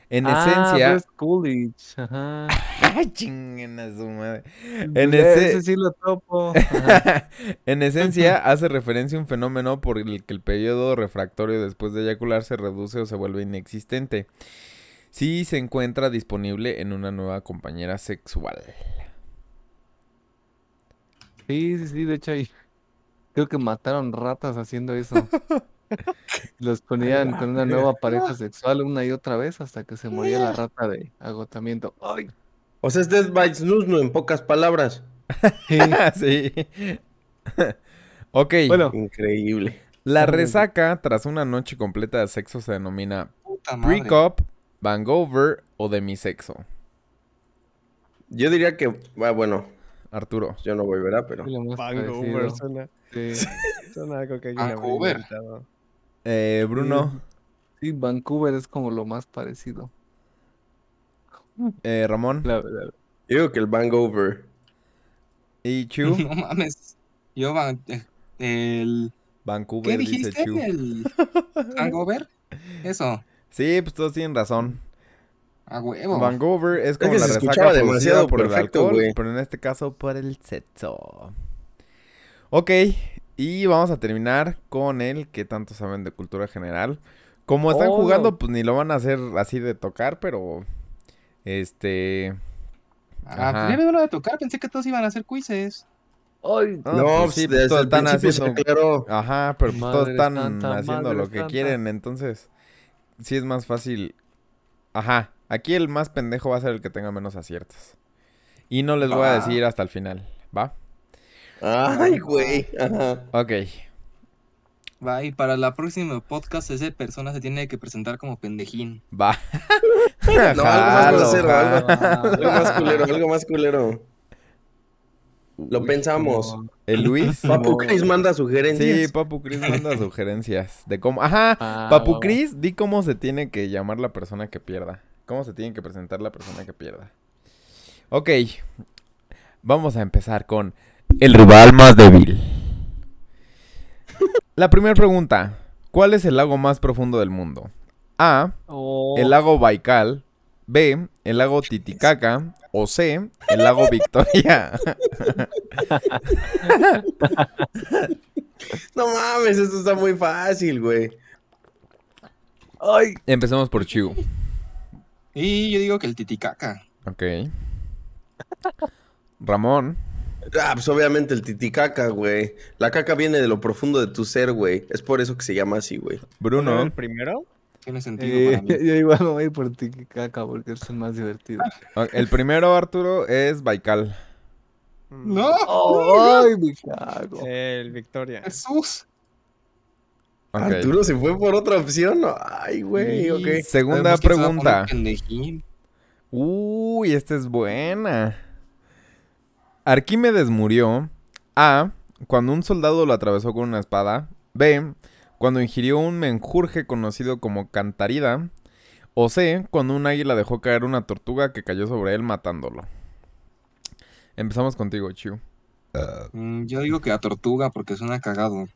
En Ah, esencia... ves Coolidge, ajá. ¡Ah, chinguen a su madre! En Eh, ese- sí lo topo. ajá. en esencia, hace referencia a un fenómeno por el que el periodo refractorio después de eyacular se reduce o se vuelve inexistente. Si se encuentra disponible en una nueva compañera sexual. Sí, sí, sí, de hecho ahí creo que mataron ratas haciendo eso. Los ponían con una nueva pareja sexual una y otra vez hasta que se moría la rata de agotamiento. ¡Ay! O sea, este es Bites Nuzno en pocas palabras. Sí, sí. ok. Bueno, Increíble. la resaca tras una noche completa de sexo se denomina Puta madre. break-up, Vangover o demisexo. Yo diría que. ah, bueno, Arturo. yo no voy, ¿verdad? Pero. sí, lo más Vancouver parecido, suena, sí. suena algo que yo no habría Vancouver. inventado. Eh, Bruno. Sí, Vancouver es como lo más parecido. eh, Ramón. La verdad. Yo digo que el Bangover. Y Chu. No mames. Yo va- eh, el Vancouver, ¿Qué dice dijiste? Chu. El hangover. Eso. Sí, pues todos tienen razón. A huevo. Vancouver es como que la se resaca escuchaba producida demasiado por perfecto, el alcohol, güey. pero en este caso por el sexo. Ok, y vamos a terminar con el que tanto saben de cultura general. Como están Oh. jugando, pues ni lo van a hacer así de tocar, pero este Ah, Ajá. pues ya me iban a tocar. Pensé que todos iban a hacer quizzes. ¡Ay! ah, no, pues pues, sí, pues desde todos el están principio haciendo se aclaró. Ajá, pero pues todos Madre están santa, haciendo madre lo que santa. quieren, entonces sí es más fácil. Ajá, aquí el más pendejo va a ser el que tenga menos aciertos. Y no les Ah. voy a Va. decir hasta el final, ¿va? Ay, güey. Ajá. Ok, Va, y para la próxima podcast, ese persona se tiene que presentar como pendejín. va. No, algo más Jalo, grosero, algo, algo más Ah. culero, algo más culero. Lo pensamos. no. ¿El Luis? Papu Cris manda Sí, pues. sugerencias. Papu Cris manda sugerencias de cómo... Ajá, Ah, Papu va, va. Cris, di cómo se tiene que llamar la persona que pierda. Cómo se tiene que presentar la persona que pierda. Ok, vamos a empezar con el rival más débil. La primera pregunta, ¿cuál es el lago más profundo del mundo? A, Oh, el lago Baikal, B, el lago Titicaca o C, el lago Victoria. No mames, esto está muy fácil, güey. ¡Ay! Empecemos por Chiu. Y yo digo que el titicaca. Ok. Ramón. Ah, pues obviamente el titicaca, güey. La caca viene de lo profundo de tu ser, güey. Es por eso que se llama así, güey. ¿Poner Bruno. el primero? Tiene sentido Eh, para mí. yo igual me voy a ir por Titicaca porque es el más divertido. Ah, El primero, Arturo, es Baikal. Mm, ¡No! Oh, ¡Ay, Eh, me cago! El Victoria. ¡Jesús! Ok. Arturo se fue por otra opción. Ay, güey, ok. Segunda Sabemos que se va a poner pregunta. Pendejín. Uy, esta es buena. Arquímedes murió A. Cuando un soldado lo atravesó con una espada. B. Cuando ingirió un menjurje conocido como cantarida. O C. Cuando un águila dejó caer una tortuga que cayó sobre él matándolo. Empezamos contigo, Chiu. Mm, Yo digo que la tortuga porque suena cagado.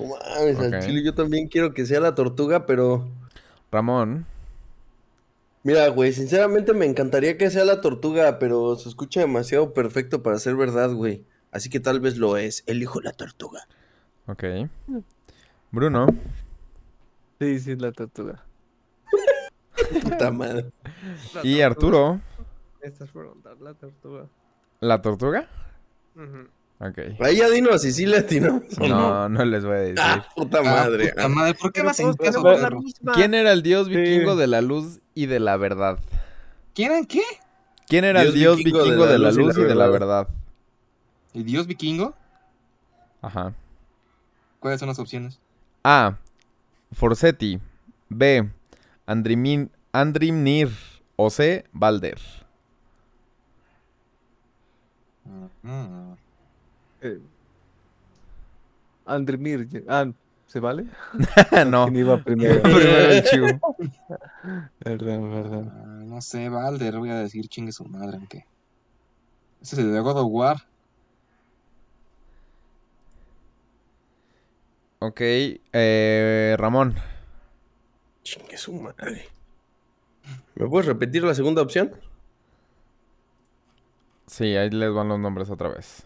Oh, No mames, al Ok. chile yo también quiero que sea la tortuga, pero. Ramón. Mira, güey, sinceramente me encantaría que sea la tortuga, pero se escucha demasiado perfecto para ser verdad, güey. Así que tal vez lo es. Elijo la tortuga. Ok. Bruno. Sí, sí, es la tortuga. Puta madre. Y Arturo. Estas fueron dar la tortuga. ¿La tortuga? Ujú. Ok. Ahí ya dinos si sí le atinamos o no. No, no les voy a decir. Ah, puta Ah, madre. puta madre, ¿por qué Pero no todos pendejo, tenemos la perro? misma. ¿Quién era el dios Sí. vikingo de la luz y de la verdad? ¿Quieren qué? ¿Quién era el dios vikingo de la luz y de la verdad? ¿El dios vikingo? Ajá. ¿Cuáles son las opciones? A. Forsetti. B. Andrimin, Andrimnir. O C. Balder. Mm, Andrimir. ye- Ah, ¿se vale? no. ¿Quién iba primero? Primero el Chiu. Perdón, perdón. ah, no sé, Balder, voy a decir chingue su madre, aunque. Ese es el de God of War. Ok. eh, Ramón. Chingue su madre. ¿Me puedes repetir la segunda opción? Sí, ahí les van los nombres otra vez.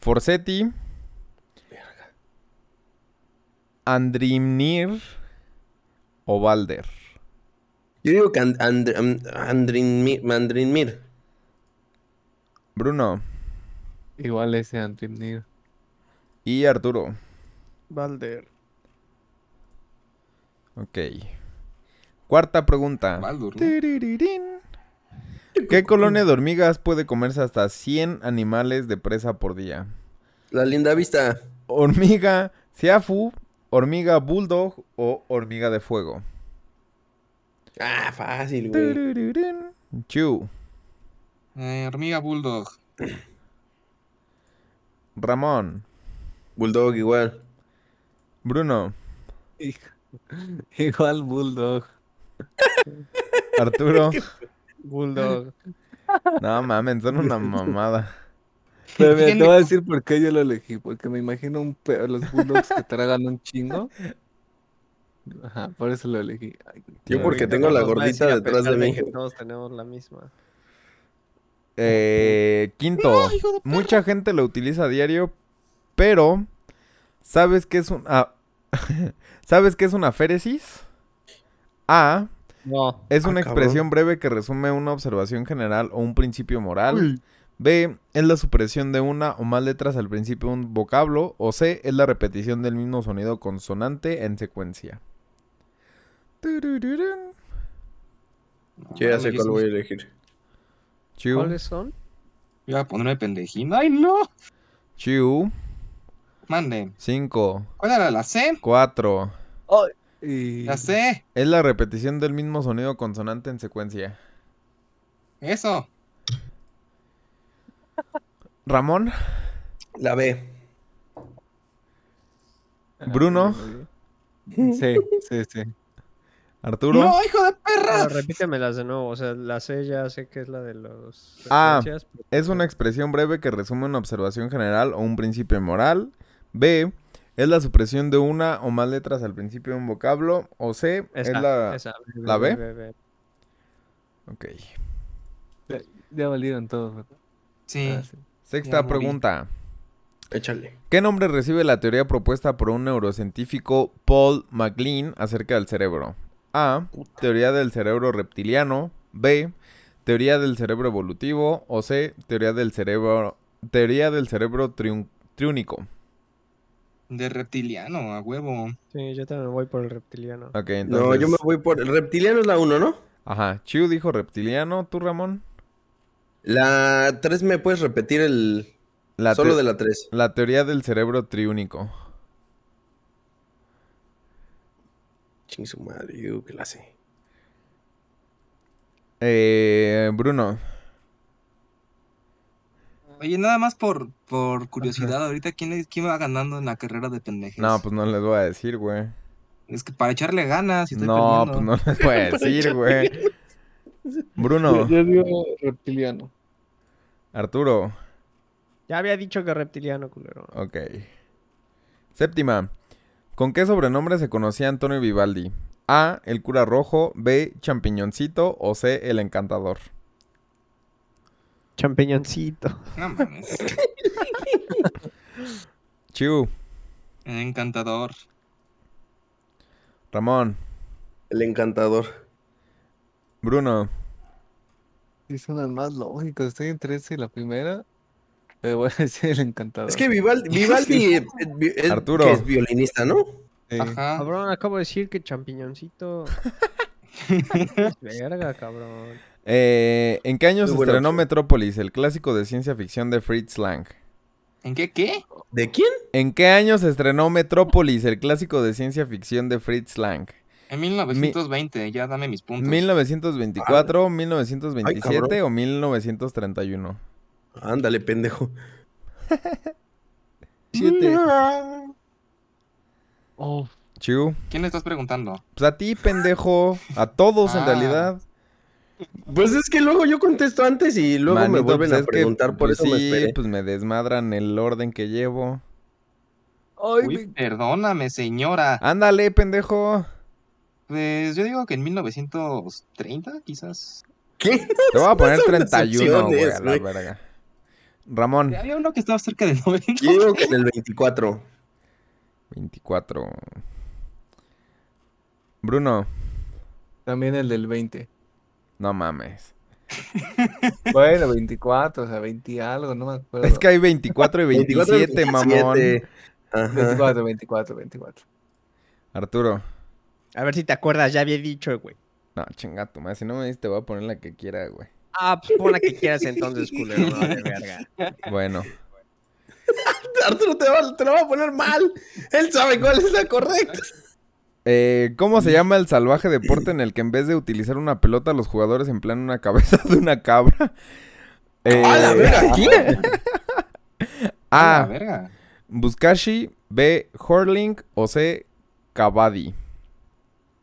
Forsetti. Andrimnir. O Balder. Yo digo que And- And- And- Andrinmir. Andrinmir. Bruno. Igual ese Andrimir. Y Arturo. Balder. Ok. Cuarta Ah. pregunta. Baldur, ¿no? Tiririrín. ¿Qué colonia de hormigas puede comerse hasta 100 animales de presa por día? La linda vista. Hormiga Siafu, hormiga Bulldog o hormiga de fuego. Ah, fácil, güey. Tiririrín. Chu. Eh, hormiga Bulldog. Ramón. Bulldog igual. Bruno. Igual Bulldog. Arturo. Bulldog. No mamen, son una mamada. Pero mira, te Díganme voy a decir por qué yo lo elegí, porque me imagino un pe- los bulldogs que tragan un chingo. Ajá, por eso lo elegí. Ay, Yo porque Ahorita tengo la nos va a decir, gordita a detrás de pesar mí. que todos tenemos la misma. Eh, quinto. Mucha gente lo utiliza a diario, pero ¿sabes qué es un ah, ¿Sabes qué es una féresis? A. No. Es Ah, una cabrón. expresión breve que resume una observación general o un principio moral. B. Es la supresión de una o más letras al principio de un vocablo. O C. Es la repetición del mismo sonido consonante en secuencia. Turururún. Yo ya Mames, sé yo cuál sí- voy a elegir. Chiu, ¿Cuáles son? Voy a ponerme pendejín. ¡Ay, no! chiu. Mande. Cinco, ¿Cuál era la C? cuatro. Y La C. Es la repetición del mismo sonido consonante en secuencia. Eso. Ramón, La B. Bruno, ah, Sí, sí, sí. Arturo. ¡No, hijo de perra! Ahora, repítemelas de nuevo. O sea, la C ya sé que es la de los. Ah. referencias, pero- Es una expresión breve que resume una observación general o un principio moral. B. Es la supresión de una o más letras al principio de un vocablo. O C. Esa, es la. esa, la B? B, B. Ok. Ya valieron todos, ¿verdad? Sí. Ah, sí. Sexta morí. pregunta. Échale. ¿Qué nombre recibe la teoría propuesta por un neurocientífico Paul MacLean acerca del cerebro? A. Teoría del cerebro reptiliano. B. Teoría del cerebro evolutivo. O C. Teoría del cerebro. Teoría del cerebro triun- triúnico. De reptiliano, a huevo. Sí, yo también voy por el reptiliano. Ok, No, yo me entonces- voy por. El reptiliano es la 1, ¿no? Ajá, Chiu dijo reptiliano, tú Ramón. La 3 me puedes repetir el. La Solo te- de la 3. la teoría del cerebro triúnico. Ching su madre, yo digo que la sé. Eh, Bruno, Oye, nada más por, por curiosidad, ahorita, ¿quién, es- ¿quién va ganando en la carrera de pendejes? no, pues no les voy a decir, güey. Es que para echarle ganas, si estoy No, pues perdiendo. no les voy a decir, güey. Bruno, Yo- Yo digo reptiliano. Arturo, Ya había dicho que reptiliano, culero. ok. Séptima, ¿con qué sobrenombre se conocía Antonio Vivaldi? A, el cura rojo, B, champiñoncito o C, el encantador. Champiñoncito. No mames. Chiu, Encantador. Ramón, El encantador. Bruno, Sí, son las más lógicas. Estoy entre esa y la primera. Pero voy a decir el encantador. Es que Vivaldi, Vivaldi eh, vi- es, Arturo. que es violinista, ¿no? Sí. Ah. Ajá. Cabrón, acabo de decir que champiñoncito. Verga, cabrón. Eh, ¿En qué año Muy se buena estrenó opción. Metrópolis, el clásico de ciencia ficción de Fritz Lang? ¿En qué qué? ¿De quién? ¿En qué año se estrenó Metrópolis, el clásico de ciencia ficción de Fritz Lang? En 1920, ya dame mis puntos. ¿1924, 1927 cabrón. o 1931? Ándale, pendejo. Mm. Oh, Chu. ¿Quién le estás preguntando? Pues a ti, pendejo. A todos, en Ah. realidad. Pues es que luego yo contesto antes y luego me Manito, vuelven pues a es que, preguntar, por pues eso me sí, esperé. pues me desmadran el orden que llevo. ay, Uy, perdóname, Ah. señora. Ándale, pendejo. Pues yo digo que en 1930, quizás. ¿Qué? Te voy a poner Pues son 31, güey, a la opciones, güey. verga. Ramón, Había uno que estaba cerca de 90. Yo digo que en el 24. 24. Bruno, También el del 20. no mames. Bueno, 24, o sea, 20 y algo, no me acuerdo. Es que hay 24 y 24, 27, mamón. 27. Ajá. 24, 24, 24. Arturo. A ver si te acuerdas, ya había dicho, güey. No, chinga tu madre. Si no me dices, te voy a poner la que quiera, güey. Ah, pues pon la que quieras entonces, culero. no, de verga. Bueno. Arturo te, va, te lo va a poner mal. Él sabe cuál es la correcta. Eh, ¿Cómo se llama el salvaje deporte en el que en vez de utilizar una pelota, los jugadores emplean una cabeza de una cabra? Eh, ¡A la verga! ¿Quién? Ah, A. verga. Buskashi. B. Horling. O C. Kabaddi.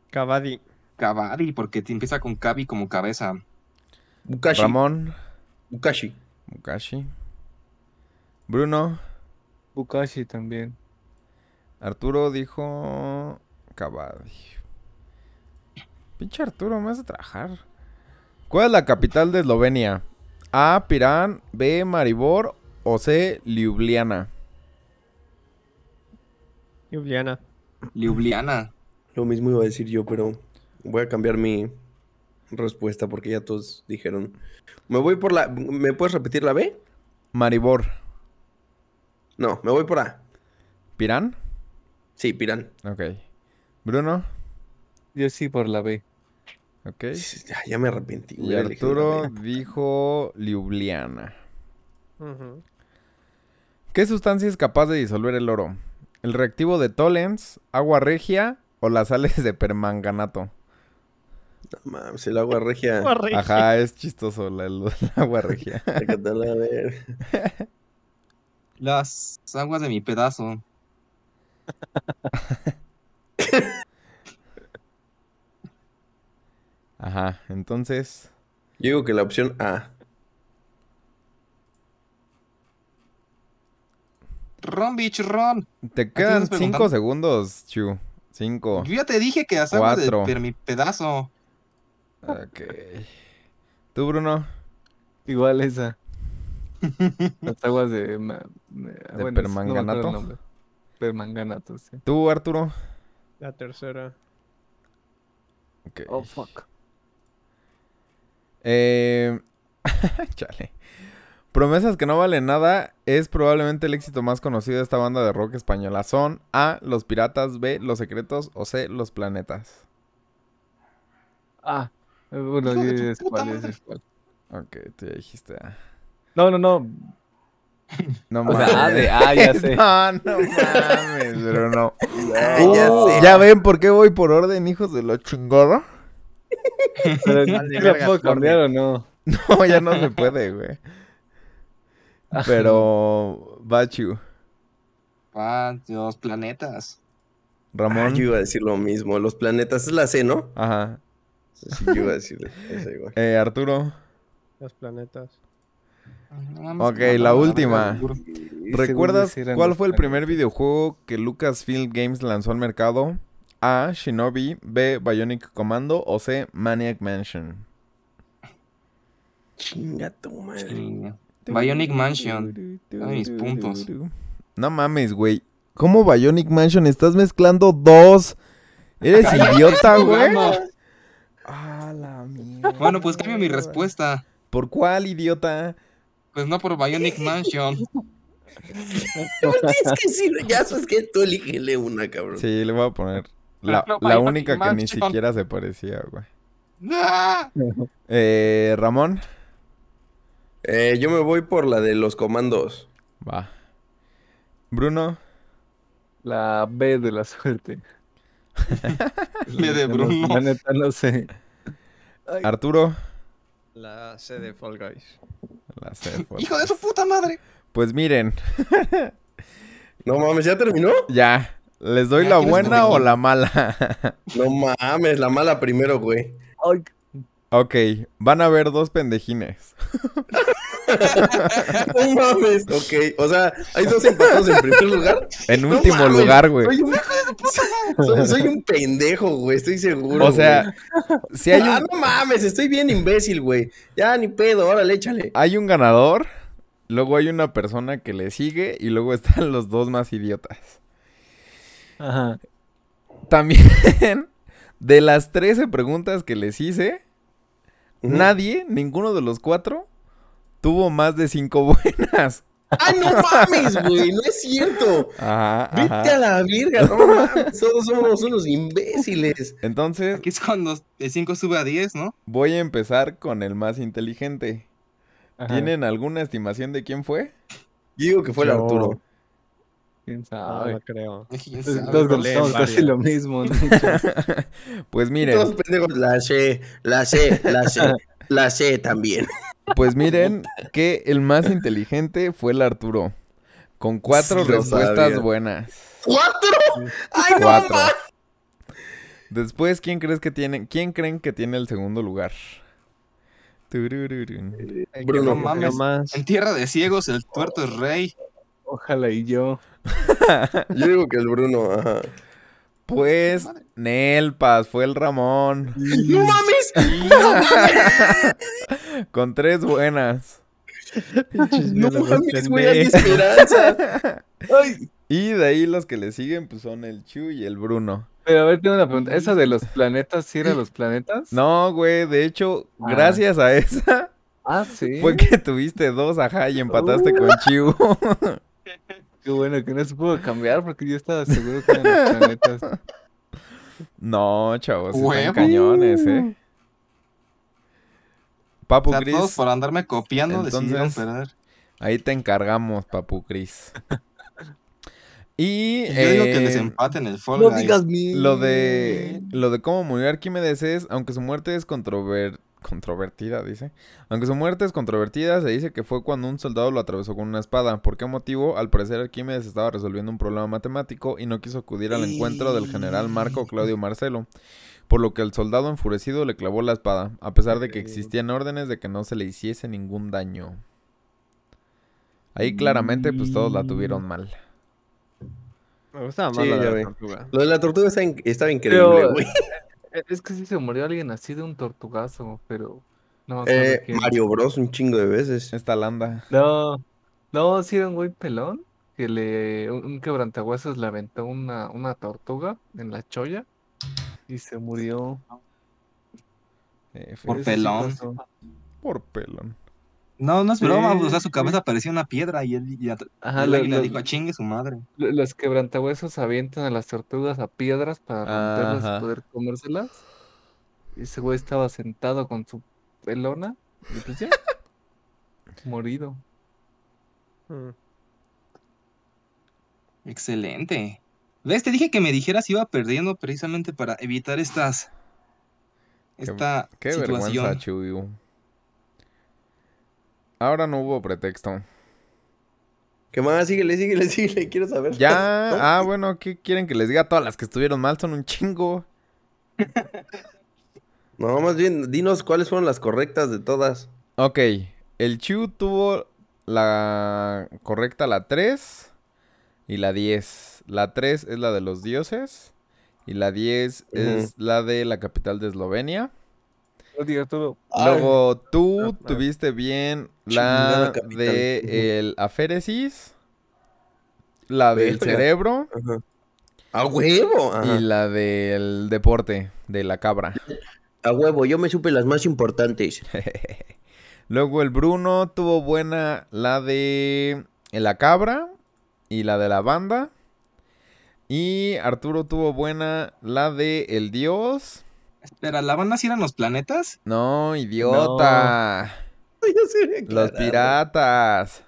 Cavadi. Cavadi, porque te empieza con Cavi como cabeza. Bukashi. Ramón. Bukashi. Bukashi. Bruno. Bukashi también. Arturo dijo. Kabaddi. Pinche Arturo, me hace trabajar. ¿Cuál es la capital de Eslovenia? A. Pirán. B. Maribor. O C. Ljubljana. Ljubljana. Ljubljana. Lo mismo iba a decir yo, pero voy a cambiar mi respuesta porque ya todos dijeron. Me voy por la. ¿Me puedes repetir la B? Maribor. No, me voy por A. ¿Pirán? Sí, Pirán. Ok. Bruno. Yo sí por la B. Ok. Ya, ya me arrepentí. Y hubiera elegido la Arturo B. dijo Ljubljana. Ujú. ¿Qué sustancia es capaz de disolver el oro? ¿El reactivo de Tollens, agua regia o las sales de permanganato? No mames, el agua Eh, regia. Ajá, es chistoso la, el agua regia. Sácatela, a ver. Las aguas de mi pedazo. Ajá, entonces. Yo digo que la opción A. Ron, bitch, ron. Te quedan nos cinco preguntamos? segundos, Chu. Cinco. Yo ya te dije que las aguas de Oh. Cuatro. per- mi pedazo. Ok. ¿Tú, Bruno? Igual esa. Las aguas de. ma- me- bueno, es- no me acuerdo el permanganato? nombre. Permanganato, sí. ¿Tú, Arturo? La tercera. Ok. Oh, fuck. Eh, Chale. Promesas que no valen nada es probablemente el éxito más conocido de esta banda de rock española. Son A, Los Piratas, B, Los Secretos o C, Los Planetas. Ah, eh, bueno, Hijo de yo- tu es puta cuál, es madre. cuál. Ok, tú ya dijiste A. No, no, no. No O sea, A de mames. A, ya sé. No, no mames, pero no. Ay, Ah, ya Oh, sé. ¿Ya ven por qué voy por orden, hijos de la chingada? Pero Vale, ¿sí ¿La verga, puedo Jordi. cambiar o no? No, ya no se puede, güey. Pero, Bachu, Ah, Dios, planetas. Ah, yo Ramón. iba a decir lo mismo. Los planetas es la C, ¿no? Ajá. Sí, yo iba a decir eso igual. Eh, Arturo. Los planetas. No mames, Ok, me la mandaron a última. verga, duro. según ¿Recuerdas yo sí eran cuál los fue el primer planetas. videojuego que Lucasfilm Games lanzó al mercado? A. Shinobi. B. Bionic Commando. O C. Maniac Mansion. Chinga tu madre. Chinga. Bionic Mansion. Dame mis puntos. No mames, güey. ¿Cómo Bionic Mansion? Estás mezclando dos. Eres idiota, güey. Programa. Ah, la mierda. Bueno, pues cambio mi respuesta. ¿Por cuál, idiota? Pues no por Bionic Mansion. Es que sí, ya sabes que tú elígele una, cabrón. Sí, le voy a poner la, No, la Bionic única que ni Mansion. siquiera se parecía, güey. Ah, Eh, Ramón. Eh, yo me voy por la de los comandos. Va. Bruno. La B de la suerte. Le de No, Bruno. La neta no sé. Arturo. La C de Fall Guys. La C, fue- ¡Hijo de su puta madre! Pues miren, No mames, ¿ya terminó? ya. ¿Les doy Ya, la ¿quién es buena o Benjamín? la mala? No mames, la mala primero, güey. Ay, ok, van a ver dos pendejines. No mames. Ok, o sea, hay dos empatados en primer lugar. En No último mames, lugar, güey. Soy un, soy, soy un pendejo, güey, estoy seguro. O sea, si hay Ah, un, no mames, estoy bien imbécil, güey. Ya ni pedo, órale, échale. hay un ganador, luego hay una persona que le sigue y luego están los dos más idiotas. Ajá. También, de las 13 preguntas que les hice, Ujú. nadie, ninguno de los cuatro, tuvo más de cinco buenas. ¡Ah, no mames, güey! No es cierto. Ajá, Vete a ajá. la virga, no mames. Todos somos unos imbéciles. Entonces, Aquí es cuando de 5 sube a 10, ¿no? voy a empezar con el más inteligente. ajá. ¿Tienen alguna estimación de quién fue? Yo digo que fue el Yo- Arturo. ¿Quién Ah, sabe? no creo. Entonces, todos contestamos varias. casi lo mismo. ¿no? Pues Todos miren, pendejos. La C, la C, la C, la C también. pues miren que el más inteligente fue el Arturo. Con cuatro Sí, lo respuestas sabía. buenas. ¿Cuatro? ¡Ay, no Cuatro. mames! Después, ¿quién crees que tiene? ¿Quién creen que tiene el segundo lugar? Turururun. No Bruno, mames. más. En tierra de ciegos, el tuerto es rey. Ojalá y yo. yo digo que el Bruno, ajá. Pues Nelpas, fue el Ramón. ¡No mames! Con tres buenas. ¡No mames, güey! ¡Hay esperanza! Ay, Y de ahí los que le siguen, pues son el Chu y el Bruno. pero a ver, tengo una pregunta. ¿Esa de los planetas sí era los planetas? No, güey, de hecho, Ah. gracias a esa Ah, sí. fue que tuviste dos, ajá, y empataste con Chu. Qué bueno que no se pudo cambiar porque yo estaba seguro que eran los planetas. No, chavos, Huevo. están cañones, eh. O Papu sea, todos Gris, por andarme copiando decidieron Entonces, perder. ahí te encargamos, Papu Gris. Y Y Yo digo que em- eh, desempaten el Fall Guys. mi. lo de lo de cómo murió Arquímedes es, aunque su muerte es controver- controvertida, dice. Aunque su muerte es controvertida, se dice que fue cuando un soldado lo atravesó con una espada. ¿Por qué motivo? Al parecer Arquímedes estaba resolviendo un problema matemático y no quiso acudir al encuentro del general Marco Claudio Marcelo. Por lo que el soldado enfurecido le clavó la espada, a pesar de que existían órdenes de que no se le hiciese ningún daño. Ahí claramente pues todos la tuvieron mal. Me gustaba más Sí, la ya de vi. la tortuga. Lo de la tortuga está in- estaba increíble, Pero- güey. Es que sí se murió alguien así de un tortugazo, pero. No, me acuerdo Eh, quién. Mario Bros un chingo de veces. Esta landa. No, no, sí era un güey pelón que le, un, un quebrantahuesos le aventó una, una tortuga en la cholla y se murió. Eh, fue- Por Eso sí pelón. pasó. por pelón. No, no es broma, Sí, o sea, su sí. cabeza parecía una piedra y él y at- Ajá, el lo- águila lo- dijo, "Ah, chingue su madre. lo- los quebrantahuesos avientan a las tortugas a piedras para romperlas y Ajá. poder comérselas. Y ese güey estaba sentado con su pelona y pues ya, morido. Mm. Excelente. ¿Ves? Te dije que me dijeras si iba perdiendo precisamente para evitar estas... Esta Qué vergüenza, situación. Chuyu. Ahora no hubo pretexto. ¿Qué más? Síguele, síguele, síguele. Quiero saber. Ya, ah, bueno, ¿qué quieren que les diga? Todas las que estuvieron mal son un chingo. No, más bien, dinos cuáles fueron las correctas de todas. Ok, el Chu tuvo la correcta la 3 y la 10. La 3 es la de los dioses y la 10 es la de la capital de Eslovenia. No digas todo. Luego tú Ah, ah. tuviste bien la Chingada capital. Ujú. de el aféresis, la del Verga. cerebro. Ajá. A huevo. ajá. Y la del deporte, de la cabra. A huevo, yo me supe las más importantes. Luego el Bruno tuvo buena la de la cabra y la de la banda. Y Arturo tuvo buena la de el dios Espera, ¿la banda sí eran los planetas? No, idiota. Los piratas.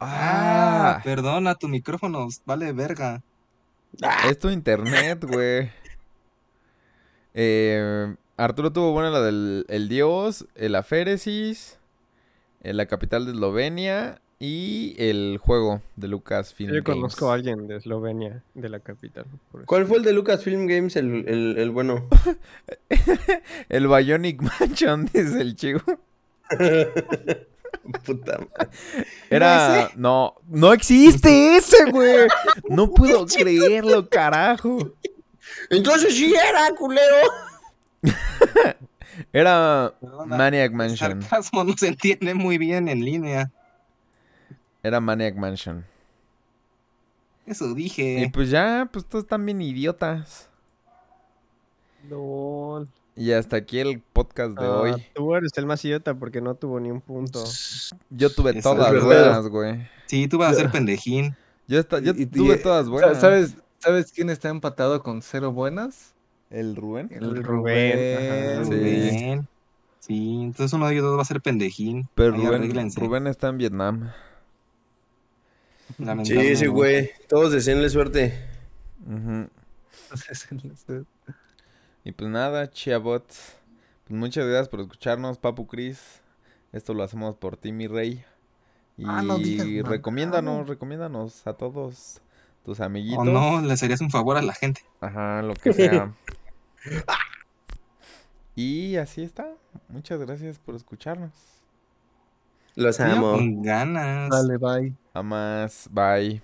Ah, Ah, perdona, tu micrófono vale verga. es tu internet, güey. Eh, Arturo tuvo buena la del el Dios, el Aféresis, eh, la capital de Eslovenia y el juego de Lucasfilm. Yo conozco a Games. alguien de Eslovenia, de la capital. por eso. ¿Cuál fue el de Lucasfilm Games, el, el- el bueno? El Bionic Mansion, dice el chico. Puta madre. Era. No, no existe ese, güey. No puedo creerlo, carajo. Entonces sí era, culero. Era Perdona, Maniac el Mansion. sarcasmo no se entiende muy bien en línea. Era Maniac Mansion. Eso Y dije. pues ya, pues todos están bien idiotas. Y hasta aquí el podcast de Ah, hoy. Tú eres el más idiota porque no tuvo ni un punto. Yo tuve Eso es todas verdad. buenas, güey. Sí, tú vas a ser pendejín. Yo, esta- yo Y- y- tuve y- todas Sa- buenas. ¿Sabes, ¿Sabes quién está empatado con cero buenas? ¿El Rubén? El Rubén, Rubén. Sí. Rubén. Sí, entonces uno de ellos dos va a ser pendejín. Pero Ahí Rubén, arréglense, Rubén está en Vietnam. Sí, ese lamentablemente. güey. Todos deseenle suerte. Ujú. Entonces, entonces, Y pues nada, chiabots. Pues muchas gracias por escucharnos, Papu Cris. Esto lo hacemos por ti, mi rey. Y Ah, no digas mamada. recomiéndanos, recomiéndanos a todos tus O amiguitos. no, le harías un favor a la gente. Ajá, lo que sea. y así está. Muchas gracias por escucharnos. Los Mira, amo. Con ganas. Dale, bye. A más, bye.